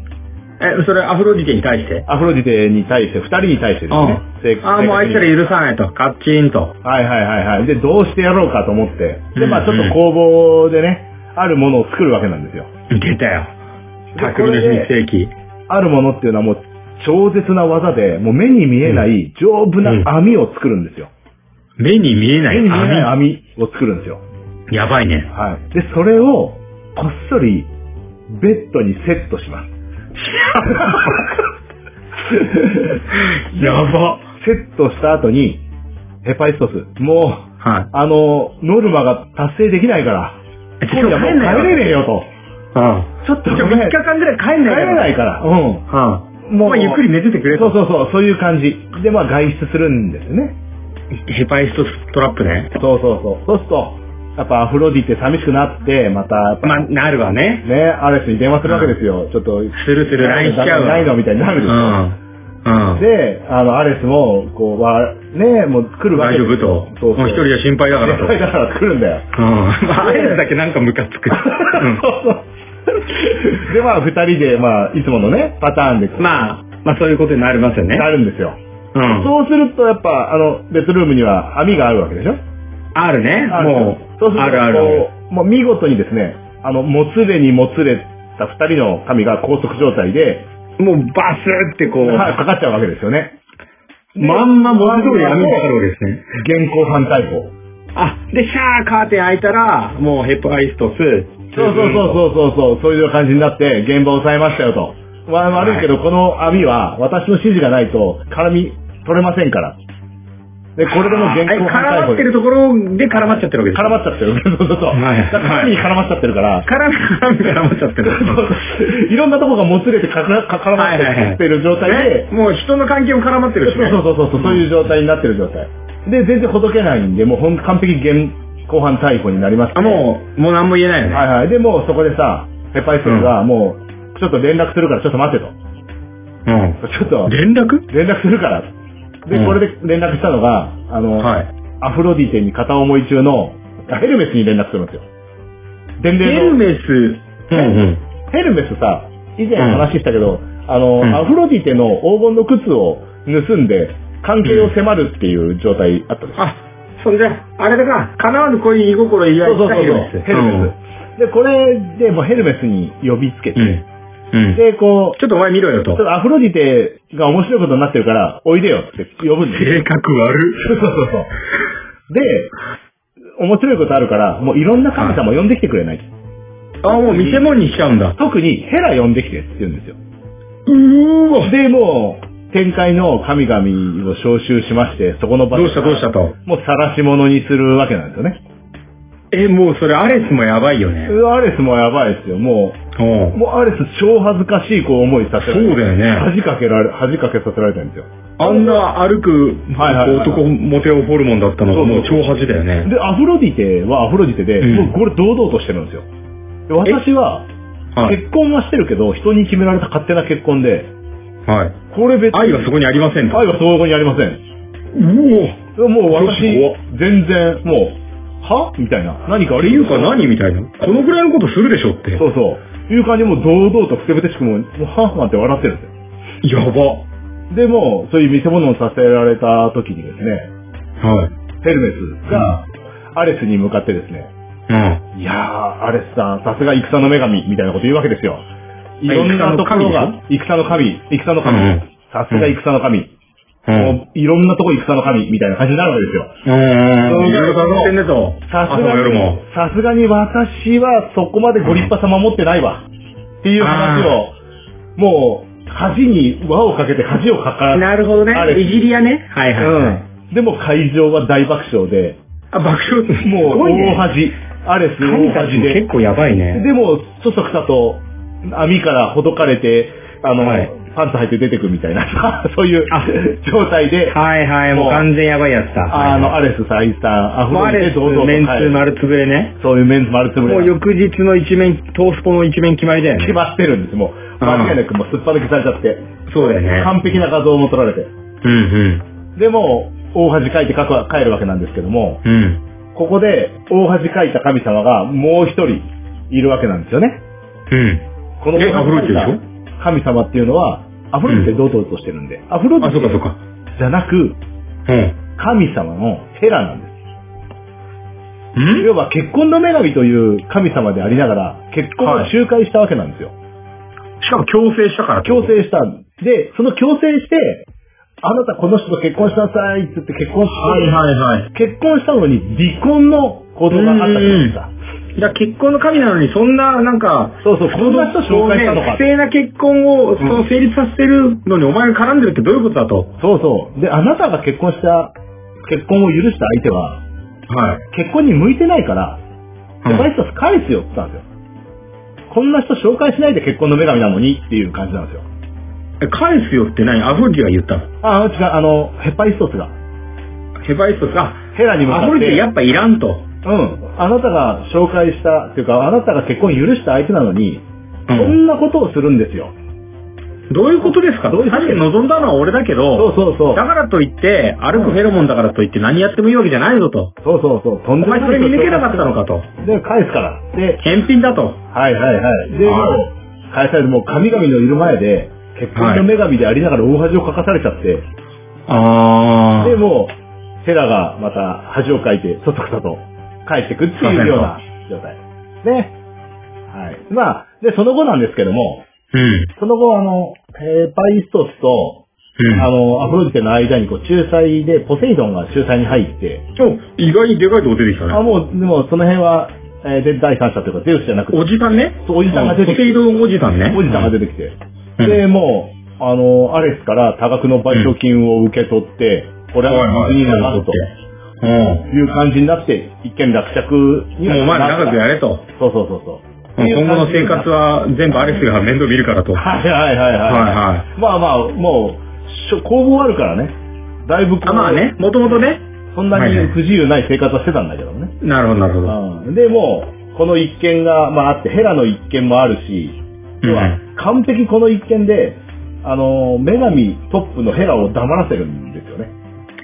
[SPEAKER 3] え、それアフロディテに対して。
[SPEAKER 2] アフロディテに対して、二人に対してですね。正
[SPEAKER 3] ああ、もうあいつら許さないと。カッチンと。
[SPEAKER 2] はいはいはいはい。で、どうしてやろうかと思って。で、まあち
[SPEAKER 3] う
[SPEAKER 2] ょ
[SPEAKER 3] んうん
[SPEAKER 2] っと工房でね、あるものを作るわけなんですよ。
[SPEAKER 3] 出たよ。
[SPEAKER 2] で
[SPEAKER 3] 匠の秘密兵器。
[SPEAKER 2] あるものっていうのはもう超絶な技で、もう目に見えない丈夫
[SPEAKER 3] うん
[SPEAKER 2] な網を作るんですよ。
[SPEAKER 3] 目に見えない
[SPEAKER 2] 目に見えない
[SPEAKER 3] 網。
[SPEAKER 2] 網を作るんですよ。
[SPEAKER 3] やばいね。
[SPEAKER 2] はい。で、それをこっそりベッドにセットします。
[SPEAKER 3] やば。
[SPEAKER 2] セットした後に、ヘパイストス、もう、
[SPEAKER 3] はい。
[SPEAKER 2] あの、ノルマが達成できないから、
[SPEAKER 3] えち
[SPEAKER 2] 今
[SPEAKER 3] ょっと
[SPEAKER 2] 夜もう帰
[SPEAKER 3] 帰んなよ
[SPEAKER 2] れねえよと。
[SPEAKER 3] うん。
[SPEAKER 2] ちょっと
[SPEAKER 3] じゃ
[SPEAKER 2] ご
[SPEAKER 3] あ
[SPEAKER 2] めん
[SPEAKER 3] 3日間ぐらい帰ん
[SPEAKER 2] 帰
[SPEAKER 3] ない
[SPEAKER 2] れない
[SPEAKER 3] か
[SPEAKER 2] から。うん。
[SPEAKER 3] ら。うん。
[SPEAKER 2] もう
[SPEAKER 3] まあゆっくり寝ててくれ
[SPEAKER 2] そ
[SPEAKER 3] と
[SPEAKER 2] う。そうそう、そういう感じ。で、まあ外出するんですね。
[SPEAKER 3] ヘパイストストラップね。
[SPEAKER 2] そうそうそう。そうすると、やっぱアフロディって寂しくなって、また、やっぱ
[SPEAKER 3] まあ、なるわね。
[SPEAKER 2] ね、アレスに電話するわけですよ。ちょっと、
[SPEAKER 3] するする、LINE しちゃうわ。
[SPEAKER 2] ないのみたいになるでしょ。
[SPEAKER 3] うん。うん。
[SPEAKER 2] で、あの、アレスも、こう、わ、ねえもう来るわ
[SPEAKER 3] 大
[SPEAKER 2] け
[SPEAKER 3] 丈
[SPEAKER 2] です
[SPEAKER 3] 夫
[SPEAKER 2] よ
[SPEAKER 3] と。
[SPEAKER 2] そうそう。
[SPEAKER 3] もう一人じゃ心配だからと。
[SPEAKER 2] 心配だから来るんだよ。
[SPEAKER 3] うん。まあ、あれだけなんかムカつ く。う
[SPEAKER 2] で、まあ、二人で、まあ、いつものね、パターンで、
[SPEAKER 3] ん。まあ、まあそういうことになりますよね。
[SPEAKER 2] なるんですよ。
[SPEAKER 3] うん。
[SPEAKER 2] そうすると、やっぱ、あの、ベッドルームには網があるわけでしょ
[SPEAKER 3] あるね。
[SPEAKER 2] ある
[SPEAKER 3] も
[SPEAKER 2] そうす
[SPEAKER 3] う、
[SPEAKER 2] ると
[SPEAKER 3] あるあるある。
[SPEAKER 2] こうもう見事にですね、あの、もつれにもつれた二人の髪が拘束状態で、
[SPEAKER 3] もうバスってこう、
[SPEAKER 2] はいかかっちゃうわけですよね。
[SPEAKER 3] まんま文字通り網にかかるわけですね。
[SPEAKER 2] 現行犯逮捕。
[SPEAKER 3] あ、で、シャーカーテン開いたら、もうヘッドアイストス、
[SPEAKER 2] そうそうそうそうそうそう、そういう感じになって、現場を抑えましたよと。わ悪いけど、この網は、私の指示がないと、絡み、取れませんから。で、これでもう現
[SPEAKER 3] え
[SPEAKER 2] 行
[SPEAKER 3] 絡
[SPEAKER 2] 犯逮
[SPEAKER 3] ま
[SPEAKER 2] 捕
[SPEAKER 3] って
[SPEAKER 2] で
[SPEAKER 3] るところで絡まっちゃってるわけです。
[SPEAKER 2] 絡まっちゃってる。そうそうそう。
[SPEAKER 3] はい
[SPEAKER 2] だから絡みに絡まっちゃってるから、
[SPEAKER 3] 絡み、絡み絡まっちゃってる。
[SPEAKER 2] いろんなとこがもつれてかくらか絡まっ
[SPEAKER 3] はいはいは
[SPEAKER 2] て
[SPEAKER 3] い
[SPEAKER 2] ってる状態で
[SPEAKER 3] え、もう人の関係も絡まってるしね。
[SPEAKER 2] そうそうそうそう、そういう状態になってる状態。で、全然ほどけないんで、もうほん完璧現行犯逮捕になりました
[SPEAKER 3] あ、
[SPEAKER 2] ね、
[SPEAKER 3] もう、もう何も言えないよね。
[SPEAKER 2] はいはい。で、もうそこでさ、ペパイソンが、もう、ちょっと連絡するから、ちょっと待ってと。
[SPEAKER 3] うん。
[SPEAKER 2] ちょっと、
[SPEAKER 3] 連絡
[SPEAKER 2] 連絡するから。で、
[SPEAKER 3] うん
[SPEAKER 2] これで連絡したのが、あの、
[SPEAKER 3] はい。
[SPEAKER 2] アフロディテに片思い中の、ヘルメスに連絡するんですよ。伝
[SPEAKER 3] ヘ
[SPEAKER 2] 令
[SPEAKER 3] ル
[SPEAKER 2] の。
[SPEAKER 3] メス。うん
[SPEAKER 2] ヘルメスさ、以前話したけど、あの、
[SPEAKER 3] うん
[SPEAKER 2] アフロディテの黄金の靴を盗んで、関係を迫るっていう状態あったでしょ。
[SPEAKER 3] あ、そんで、あれだか、叶わぬ恋に居心を
[SPEAKER 2] そ
[SPEAKER 3] 祝
[SPEAKER 2] うそ
[SPEAKER 3] いうた
[SPEAKER 2] そう
[SPEAKER 3] ヘルメス。
[SPEAKER 2] ヘルメス。で、これでもうヘルメスに呼びつけて、
[SPEAKER 3] うん。うん。
[SPEAKER 2] で、こう、
[SPEAKER 3] ちょっとお前見ろよ
[SPEAKER 2] ち
[SPEAKER 3] と
[SPEAKER 2] ょっ。とアフロディテが面白いことになってるから、おいでよって呼ぶんですよ。
[SPEAKER 3] 性格悪。
[SPEAKER 2] そうそうそうそう。で、面白いことあるから、もういろんな神様呼んできてくれない。
[SPEAKER 3] あ、もう見せ物にしちゃうんだ。
[SPEAKER 2] 特にヘラ呼んできてって言うんですよ。
[SPEAKER 3] うーわ。
[SPEAKER 2] で、もう、天界の神々を召集しまして、そこの場
[SPEAKER 3] どうしたどうしたと。
[SPEAKER 2] もう晒し者にするわけなんですよね。
[SPEAKER 3] え、もうそれアレスもやばいよね。
[SPEAKER 2] うわアレスもやばいですよ。も
[SPEAKER 3] お
[SPEAKER 2] う、
[SPEAKER 3] う
[SPEAKER 2] もうアレス超恥ずかしいこう思いさせ
[SPEAKER 3] そ
[SPEAKER 2] られ
[SPEAKER 3] う
[SPEAKER 2] て、
[SPEAKER 3] だよね。
[SPEAKER 2] 恥かけられ、恥かけさせられたんですよ。
[SPEAKER 3] あんな歩く
[SPEAKER 2] はいはいはいはい
[SPEAKER 3] 男モテオホルモンだったの
[SPEAKER 2] そうそう
[SPEAKER 3] もう超恥だよね。
[SPEAKER 2] で、アフロディテはアフロディテで、
[SPEAKER 3] うん
[SPEAKER 2] もうこれ堂々としてるんですよ。で私は、
[SPEAKER 3] はい。
[SPEAKER 2] 結婚はしてるけど、人に決められた勝手な結婚で、
[SPEAKER 3] はい。
[SPEAKER 2] これ別に、
[SPEAKER 3] 愛はそこにありませんと。
[SPEAKER 2] 愛はそこにありません。
[SPEAKER 3] うおっ
[SPEAKER 2] もう私
[SPEAKER 3] ちょっと、
[SPEAKER 2] 全然、もう、はみたいな。何かあ
[SPEAKER 3] て
[SPEAKER 2] り
[SPEAKER 3] い
[SPEAKER 2] ま
[SPEAKER 3] う
[SPEAKER 2] す
[SPEAKER 3] か何みたいな。このぐらいのことするでしょって。
[SPEAKER 2] そうそう。いう感じでもう堂々とふてぶてしくもう、もうはなんて笑ってるんですよ。
[SPEAKER 3] やば。
[SPEAKER 2] でも、そういう見せ物をさせられた時にですね、
[SPEAKER 3] はい。
[SPEAKER 2] ヘルメスが、アレスに向かってですね、
[SPEAKER 3] うん。
[SPEAKER 2] いやー、アレスさん、さすが戦の女神、みたいなこと言うわけですよ。いろんなところが、戦の神、戦の
[SPEAKER 3] う
[SPEAKER 2] 神
[SPEAKER 3] ん、
[SPEAKER 2] さすが戦の神、
[SPEAKER 3] うん。うん。
[SPEAKER 2] もういろんなとこ戦の神、みたいな感じになるわけですよ。
[SPEAKER 3] うん。いろいろ変わってんねと。
[SPEAKER 2] さす
[SPEAKER 3] 朝
[SPEAKER 2] が
[SPEAKER 3] も夜も
[SPEAKER 2] に。、さすがに私はそこまでご立派さ守ってないわ。っていう話を、もう、恥に輪をかけて恥をかか
[SPEAKER 3] なるほど
[SPEAKER 2] あれ
[SPEAKER 3] ね。いじりやね。はいはいはい。
[SPEAKER 2] うん。でも会場は大爆笑で、
[SPEAKER 3] あ、爆笑。
[SPEAKER 2] も
[SPEAKER 3] す
[SPEAKER 2] う
[SPEAKER 3] ごいね
[SPEAKER 2] 大恥、アレス
[SPEAKER 3] 神
[SPEAKER 2] 大
[SPEAKER 3] たち
[SPEAKER 2] 恥
[SPEAKER 3] も
[SPEAKER 2] で
[SPEAKER 3] 結、構やばいね。
[SPEAKER 2] でも、そそくさと網からほどかれて、あの、
[SPEAKER 3] はい
[SPEAKER 2] パンツ履いて出てくみたいな、 そういう
[SPEAKER 3] あ
[SPEAKER 2] 状態で、
[SPEAKER 3] はいはい、もう完全やばいやつだ。
[SPEAKER 2] あの、
[SPEAKER 3] はい
[SPEAKER 2] アレス、サイさん、アフ
[SPEAKER 3] もう
[SPEAKER 2] ロ
[SPEAKER 3] あ
[SPEAKER 2] ディ
[SPEAKER 3] れ
[SPEAKER 2] で
[SPEAKER 3] です、
[SPEAKER 2] 堂々と帰
[SPEAKER 3] メンツ
[SPEAKER 2] る。
[SPEAKER 3] 丸つぶれね。
[SPEAKER 2] そういうメンツ丸つぶれ
[SPEAKER 3] も
[SPEAKER 2] な
[SPEAKER 3] うん
[SPEAKER 2] です
[SPEAKER 3] 翌日の一面、トースポの一面決まりだよ
[SPEAKER 2] 決
[SPEAKER 3] ね。
[SPEAKER 2] まってるんです、もう。間違いなく、もうすっぱ抜きされちゃって。
[SPEAKER 3] そうだよね。
[SPEAKER 2] 完璧な画像も撮られて。
[SPEAKER 3] うん
[SPEAKER 2] でも、大恥かいて書く帰るわけなんですけども、
[SPEAKER 3] うん。うん。
[SPEAKER 2] ここで大恥かいた神様がもう一人いるわけなんですよね。
[SPEAKER 3] うん。
[SPEAKER 2] この
[SPEAKER 3] えアフロディテでしょ
[SPEAKER 2] 神様っていうのは、アフロディテ堂々としてるんで、アフロデ
[SPEAKER 3] あ、
[SPEAKER 2] ィ
[SPEAKER 3] そうかそう
[SPEAKER 2] テ
[SPEAKER 3] か。
[SPEAKER 2] じゃなく、
[SPEAKER 3] うん。
[SPEAKER 2] 神様のヘラなんです。
[SPEAKER 3] ん
[SPEAKER 2] 要は結婚の女神という神様でありながら、結婚を
[SPEAKER 3] はい
[SPEAKER 2] 仲介したわけなんですよ。
[SPEAKER 3] しかも強制したから。
[SPEAKER 2] 強。制したんで、その強制して、あなたこの人と結婚しなさいって言って結婚して、
[SPEAKER 3] はいはいはい。
[SPEAKER 2] 結婚したのに離婚の行動があったじゃないですか。
[SPEAKER 3] いや、結婚の神なのに、そんな、なんか、
[SPEAKER 2] そうそう、こんな人紹介したの
[SPEAKER 3] そうね
[SPEAKER 2] か
[SPEAKER 3] 不。正な結婚を、その成立させてるのにお前が絡んでるってどういうことだと。
[SPEAKER 2] そうそう。で、あなたが結婚した、結婚を許した相手は、
[SPEAKER 3] はい。
[SPEAKER 2] 結婚に向いてないから、
[SPEAKER 3] うん
[SPEAKER 2] デバイスタス返すよって言ったんですよ。こんな人紹介しないで結婚の女神なのにっていう感じなんですよ。
[SPEAKER 3] え返すよって何アフロディは言ったの
[SPEAKER 2] あ、違う、あの、ヘパイストスが、
[SPEAKER 3] ヘバイストス、あ、
[SPEAKER 2] ヘラに向か
[SPEAKER 3] アフ
[SPEAKER 2] っ
[SPEAKER 3] ロディ
[SPEAKER 2] て、
[SPEAKER 3] やっぱいらんと。
[SPEAKER 2] うん、あなたが紹介した、っていうか、あなたが結婚を許した相手なのに、
[SPEAKER 3] う
[SPEAKER 2] こ
[SPEAKER 3] ん
[SPEAKER 2] んなことをするんですよ。
[SPEAKER 3] どういうことですか
[SPEAKER 2] どういうこと
[SPEAKER 3] 確かに望んだのは俺だけ
[SPEAKER 2] そう
[SPEAKER 3] ど、
[SPEAKER 2] そうそう
[SPEAKER 3] だ。からといって、歩くフェロモンだからといって何やってもいいわけじゃないぞと。
[SPEAKER 2] そうそうそう。と
[SPEAKER 3] お
[SPEAKER 2] んでも
[SPEAKER 3] 前そ
[SPEAKER 2] ない
[SPEAKER 3] れ見抜けなかったのかと。
[SPEAKER 2] で、返すから。で、
[SPEAKER 3] 返品だと。
[SPEAKER 2] はいはいはい。で、
[SPEAKER 3] はい
[SPEAKER 2] もう、返されて、もう神々のいる前で、結婚の女神でありながら大恥をかかされちゃって、
[SPEAKER 3] あ
[SPEAKER 2] で、もう、テラがまた恥をかいて、そっとくさと帰ってくっていうような状態。ね。はい。まあ、で、その後なんですけども、
[SPEAKER 3] うん。
[SPEAKER 2] その後、あの、えーパイストスと、
[SPEAKER 3] うん。
[SPEAKER 2] あの、アフロディテの間にこう、仲裁で、ポセイドンが仲裁に入って、
[SPEAKER 3] お意外にでかいとこ出てきた
[SPEAKER 2] あ、
[SPEAKER 3] ね。
[SPEAKER 2] もう、でも、その辺は、えーで、第三者というか、ゼウスじゃなくて、
[SPEAKER 3] おじさんね。
[SPEAKER 2] そうおじさんが出てきて
[SPEAKER 3] ポセイドンおじさんね。
[SPEAKER 2] おじさんが出てきて。
[SPEAKER 3] うん
[SPEAKER 2] で、もう、あの、アレスから多額の賠償金を受け取って、これは水に流すと
[SPEAKER 3] うん。
[SPEAKER 2] いう感じになって、一見落着に
[SPEAKER 3] もうお前ら長くや
[SPEAKER 2] る。
[SPEAKER 3] れと。
[SPEAKER 2] そうそうそうそう。
[SPEAKER 3] うん今後の生活
[SPEAKER 2] は。
[SPEAKER 3] は全部アレスが面倒見るからと。はい
[SPEAKER 2] はいはいはいはい。
[SPEAKER 3] はい。
[SPEAKER 2] まあまあ、もう、しょ工房あるからね。だいぶこう
[SPEAKER 3] あまあね、もともとね。
[SPEAKER 2] そんなに不自由ない生活はしてたんだけどね。
[SPEAKER 3] なるほど、なるほど。
[SPEAKER 2] うん、でもう、この一件が、まああって、ヘラの一件もあるし、要は
[SPEAKER 3] うん、
[SPEAKER 2] 完璧この一件で、あの、女神トップのヘラを黙らせるんですよね。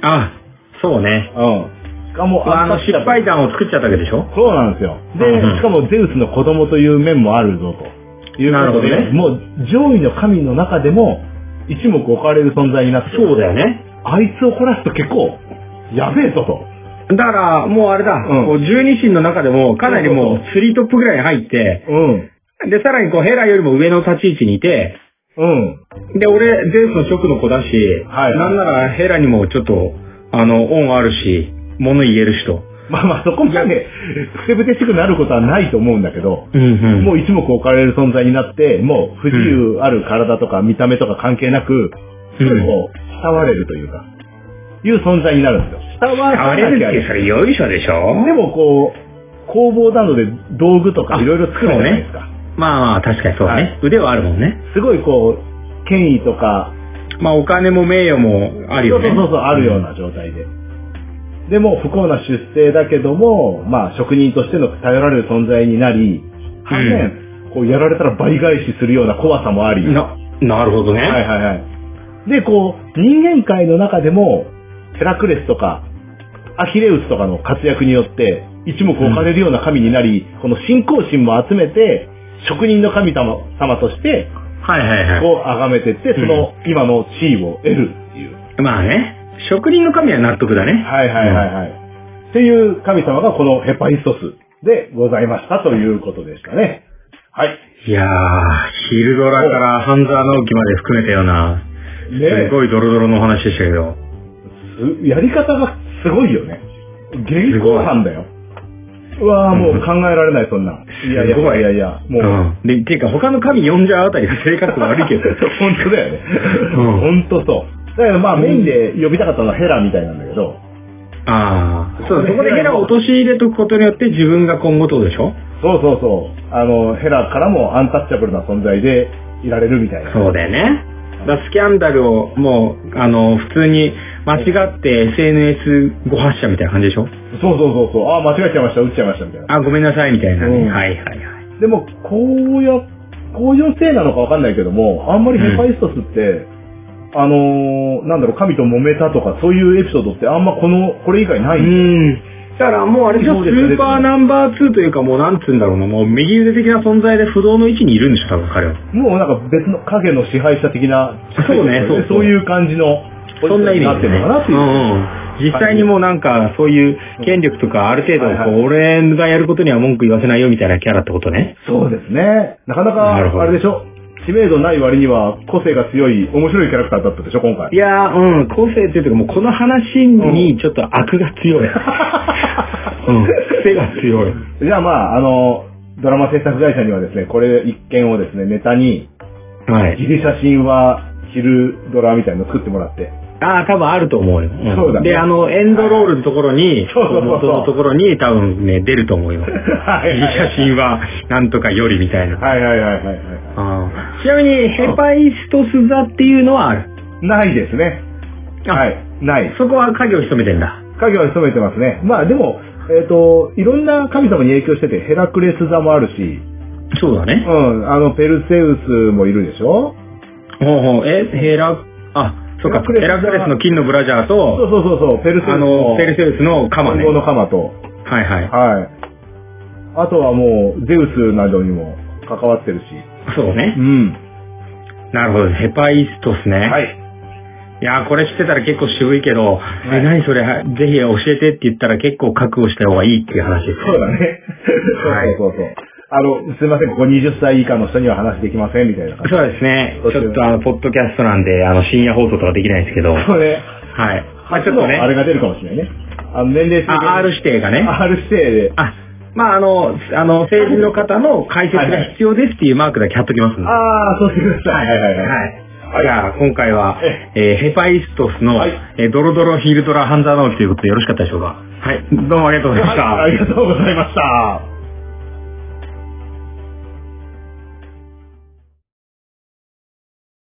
[SPEAKER 3] あ、そうね。
[SPEAKER 2] うん。しかも、
[SPEAKER 3] あの、
[SPEAKER 2] 圧迫し
[SPEAKER 3] 失
[SPEAKER 2] た
[SPEAKER 3] 敗談を作っちゃったわけでしょ
[SPEAKER 2] そうなんですよ。
[SPEAKER 3] うんう
[SPEAKER 2] で、
[SPEAKER 3] ん
[SPEAKER 2] しかもゼウスの子供という面もあるぞと。いうことで、
[SPEAKER 3] なるほどね
[SPEAKER 2] もう上位の神の中でも一目置かれる存在になって、
[SPEAKER 3] そうだよね。
[SPEAKER 2] あいつを凝らすと結構、やべえぞと。
[SPEAKER 3] だから、もうあれだ、
[SPEAKER 2] うん
[SPEAKER 3] こう十二神の中でも、かなりもう
[SPEAKER 2] そう、
[SPEAKER 3] スリートップぐらいに入って、
[SPEAKER 2] うん。
[SPEAKER 3] で、さらにこう、ヘラよりも上の立ち位置にいて、
[SPEAKER 2] うん。
[SPEAKER 3] で、俺、ゼウスの職の子だし、
[SPEAKER 2] はい
[SPEAKER 3] なんならヘラにもちょっと、あの、恩あるし、物言えるしと。
[SPEAKER 2] まあまあそこまで、ふてぶてしくなることはないと思うんだけど、
[SPEAKER 3] うんうん
[SPEAKER 2] もう一目置かれる存在になって、もう不自由ある体とか見た目とか関係なく、すぐこう、慕われるというか、いう存在になるんですよ。慕わ
[SPEAKER 3] あれ
[SPEAKER 2] れなきゃ
[SPEAKER 3] るって、それ、よいしょでしょ
[SPEAKER 2] でもこう、工房などで道具とか
[SPEAKER 3] あ
[SPEAKER 2] いろいろ作るじゃないですか。
[SPEAKER 3] まあまあ、確かにそうだね、
[SPEAKER 2] はい
[SPEAKER 3] 腕はあるもんね。
[SPEAKER 2] すごいこう、権威とか、
[SPEAKER 3] まあ、お金も名誉もあるよね。
[SPEAKER 2] そうそうそう、あるような状態で。でも、不幸な出世だけども、まあ、職人としての頼られる存在になり、反面、こう、やられたら倍返しするような怖さもあり。は
[SPEAKER 3] な、なるほどね。
[SPEAKER 2] いはいはい。で、こう、人間界の中でも、ヘラクレスとか、アヒレウスとかの活躍によって、一目置かれるような神になり、この信仰心も集めて、職人の神様様として、
[SPEAKER 3] はいはいはい。
[SPEAKER 2] こう、崇めてって、その、今の地位を得るっていう。
[SPEAKER 3] まあね、職人の神は納得だね。
[SPEAKER 2] はいはいはいはい。っていう神様がこのヘパイストスでございましたということでしたね。はい。
[SPEAKER 3] いやー、ヒルドラからハンザー直樹まで含めたような、
[SPEAKER 2] ね
[SPEAKER 3] すごいドロドロのお話でしたけど、
[SPEAKER 2] すやり方がすごいよね。現行犯だよ。うわぁ、もう考えられない、そんな。いやいや
[SPEAKER 3] すごい
[SPEAKER 2] いやいや、もう。
[SPEAKER 3] うん。で、ていうか他の神呼んじゃうあたりが性格悪いけど。
[SPEAKER 2] 本当だよね。
[SPEAKER 3] うん
[SPEAKER 2] 本当そう。だからまあメインで呼びたかったのはヘラみたいなんだけど、
[SPEAKER 3] ああ。そう、そこでヘラを陥れとくことによって自分が今後どうでしょ
[SPEAKER 2] そうそうそう、あの、ヘラからもアンタッチャブルな存在でいられるみたいな。
[SPEAKER 3] そうだよね。だからスキャンダルをもう、あの、普通に間違って SNS ご発射みたいな感じでしょ
[SPEAKER 2] そうそうそうそう、ああ、間違えちゃいました、打っちゃいましたみたいな。
[SPEAKER 3] あ、ごめんなさいみたいなね。
[SPEAKER 2] うん
[SPEAKER 3] はいはいはい。
[SPEAKER 2] でも、こうや、こういうせいなのかわかんないけども、あんまりヘパイストスって、あのー、なんだろう、神と揉めたとか、そういうエピソードってあんまこの、これ以外な
[SPEAKER 3] う
[SPEAKER 2] いん
[SPEAKER 3] ん。だからもうあれでしょ、スーパーナンバー2というかもうなんつうんだろうな、もう右腕的な存在で不動の位置にいるんでしょ、多分彼は。
[SPEAKER 2] もうなんか別の影の支配者的な、
[SPEAKER 3] そうねそうそう
[SPEAKER 2] そういう感じの、
[SPEAKER 3] そんな意味
[SPEAKER 2] になってるのかなって
[SPEAKER 3] う
[SPEAKER 2] い
[SPEAKER 3] ん
[SPEAKER 2] う。
[SPEAKER 3] うん。実際にもうなんかそういう権力とかある程度
[SPEAKER 2] はい
[SPEAKER 3] こ
[SPEAKER 2] は
[SPEAKER 3] う、俺がやることには文句言わせないよみたいなキャラってことね。
[SPEAKER 2] そうですね。なかなか、
[SPEAKER 3] なるほど
[SPEAKER 2] あれでしょ知名度ない割には個性が強い、面白いキャラクターだったでしょ、今回
[SPEAKER 3] い。やー、うん、個性っていうかもうこの話にちょっと悪が強い。 うん、癖が強い。
[SPEAKER 2] じゃあまあ、あの、ドラマ制作会社にはですね、これ一件をですね、ネタに、
[SPEAKER 3] はい。
[SPEAKER 2] ギリシャ神話昼ドラみたいなの作ってもらって。
[SPEAKER 3] ああ、多分あると思うよ。ん
[SPEAKER 2] そうだね
[SPEAKER 3] で、あの、エンドロールのところに、
[SPEAKER 2] そうそうそう
[SPEAKER 3] 元のところに多分ね、出ると思うよ。
[SPEAKER 2] はい
[SPEAKER 3] いい写真は、なんとかよりみたいな。
[SPEAKER 2] はいはいはいはいは
[SPEAKER 3] あーちなみに、ヘパイストス座っていうのはある。
[SPEAKER 2] い。ないですね。
[SPEAKER 3] あ
[SPEAKER 2] はい。ない。
[SPEAKER 3] そこは影を潜めてんだ。
[SPEAKER 2] 影は潜めてますね。まあでも、えっ、と、いろんな神様に影響してて、ヘラクレス座もあるし、
[SPEAKER 3] そうだね。
[SPEAKER 2] うん、あの、ペルセウスもいるでしょ
[SPEAKER 3] ほうほう。え、ヘラ、あ、そうか、
[SPEAKER 2] ヘラクレス
[SPEAKER 3] ヘラクレスの金のブラジャー
[SPEAKER 2] そう
[SPEAKER 3] と、
[SPEAKER 2] そうそうそう、ペルセウス
[SPEAKER 3] あの、ペルセウスの鎌ね。
[SPEAKER 2] 金剛の鎌と、
[SPEAKER 3] はいはい。
[SPEAKER 2] はい。あとはもう、ゼウスなどにも関わってるし。
[SPEAKER 3] そうね。
[SPEAKER 2] ん。
[SPEAKER 3] なるほど。ヘパイストスね。
[SPEAKER 2] はい。
[SPEAKER 3] いやー、これ知ってたら結構渋いけど、え、何それ、はぜひ教えてって言ったら結構覚悟した方がいいっていう話ですね。
[SPEAKER 2] そうだね。
[SPEAKER 3] はい
[SPEAKER 2] そうそうそう。あの、すいません、ここ20歳以下の人には話できません、みたいな感じ。
[SPEAKER 3] そうですね。
[SPEAKER 2] そう
[SPEAKER 3] ち
[SPEAKER 2] ですね
[SPEAKER 3] ょっとあの、ポッドキャストなんで、あの、深夜放送とかできないんですけど、はい。
[SPEAKER 2] そうね。
[SPEAKER 3] まあちょっとね、
[SPEAKER 2] あれが出るかもしれないね。あの、年齢制限
[SPEAKER 3] あ R 指定がね、
[SPEAKER 2] R 指定で。
[SPEAKER 3] あ、まああの、あの、成人の方の解説が必要ですっていうマークだけ貼っときますんで。は
[SPEAKER 2] あー、そうしてください。はいはいはい。
[SPEAKER 3] い。じゃあ、今回は、えーヘパイストスの、
[SPEAKER 2] はい
[SPEAKER 3] えードロドロヒールドラハンザノールということでよろしかったでしょうか。はい。どうもありがとうございました。
[SPEAKER 2] はいありがとうございました。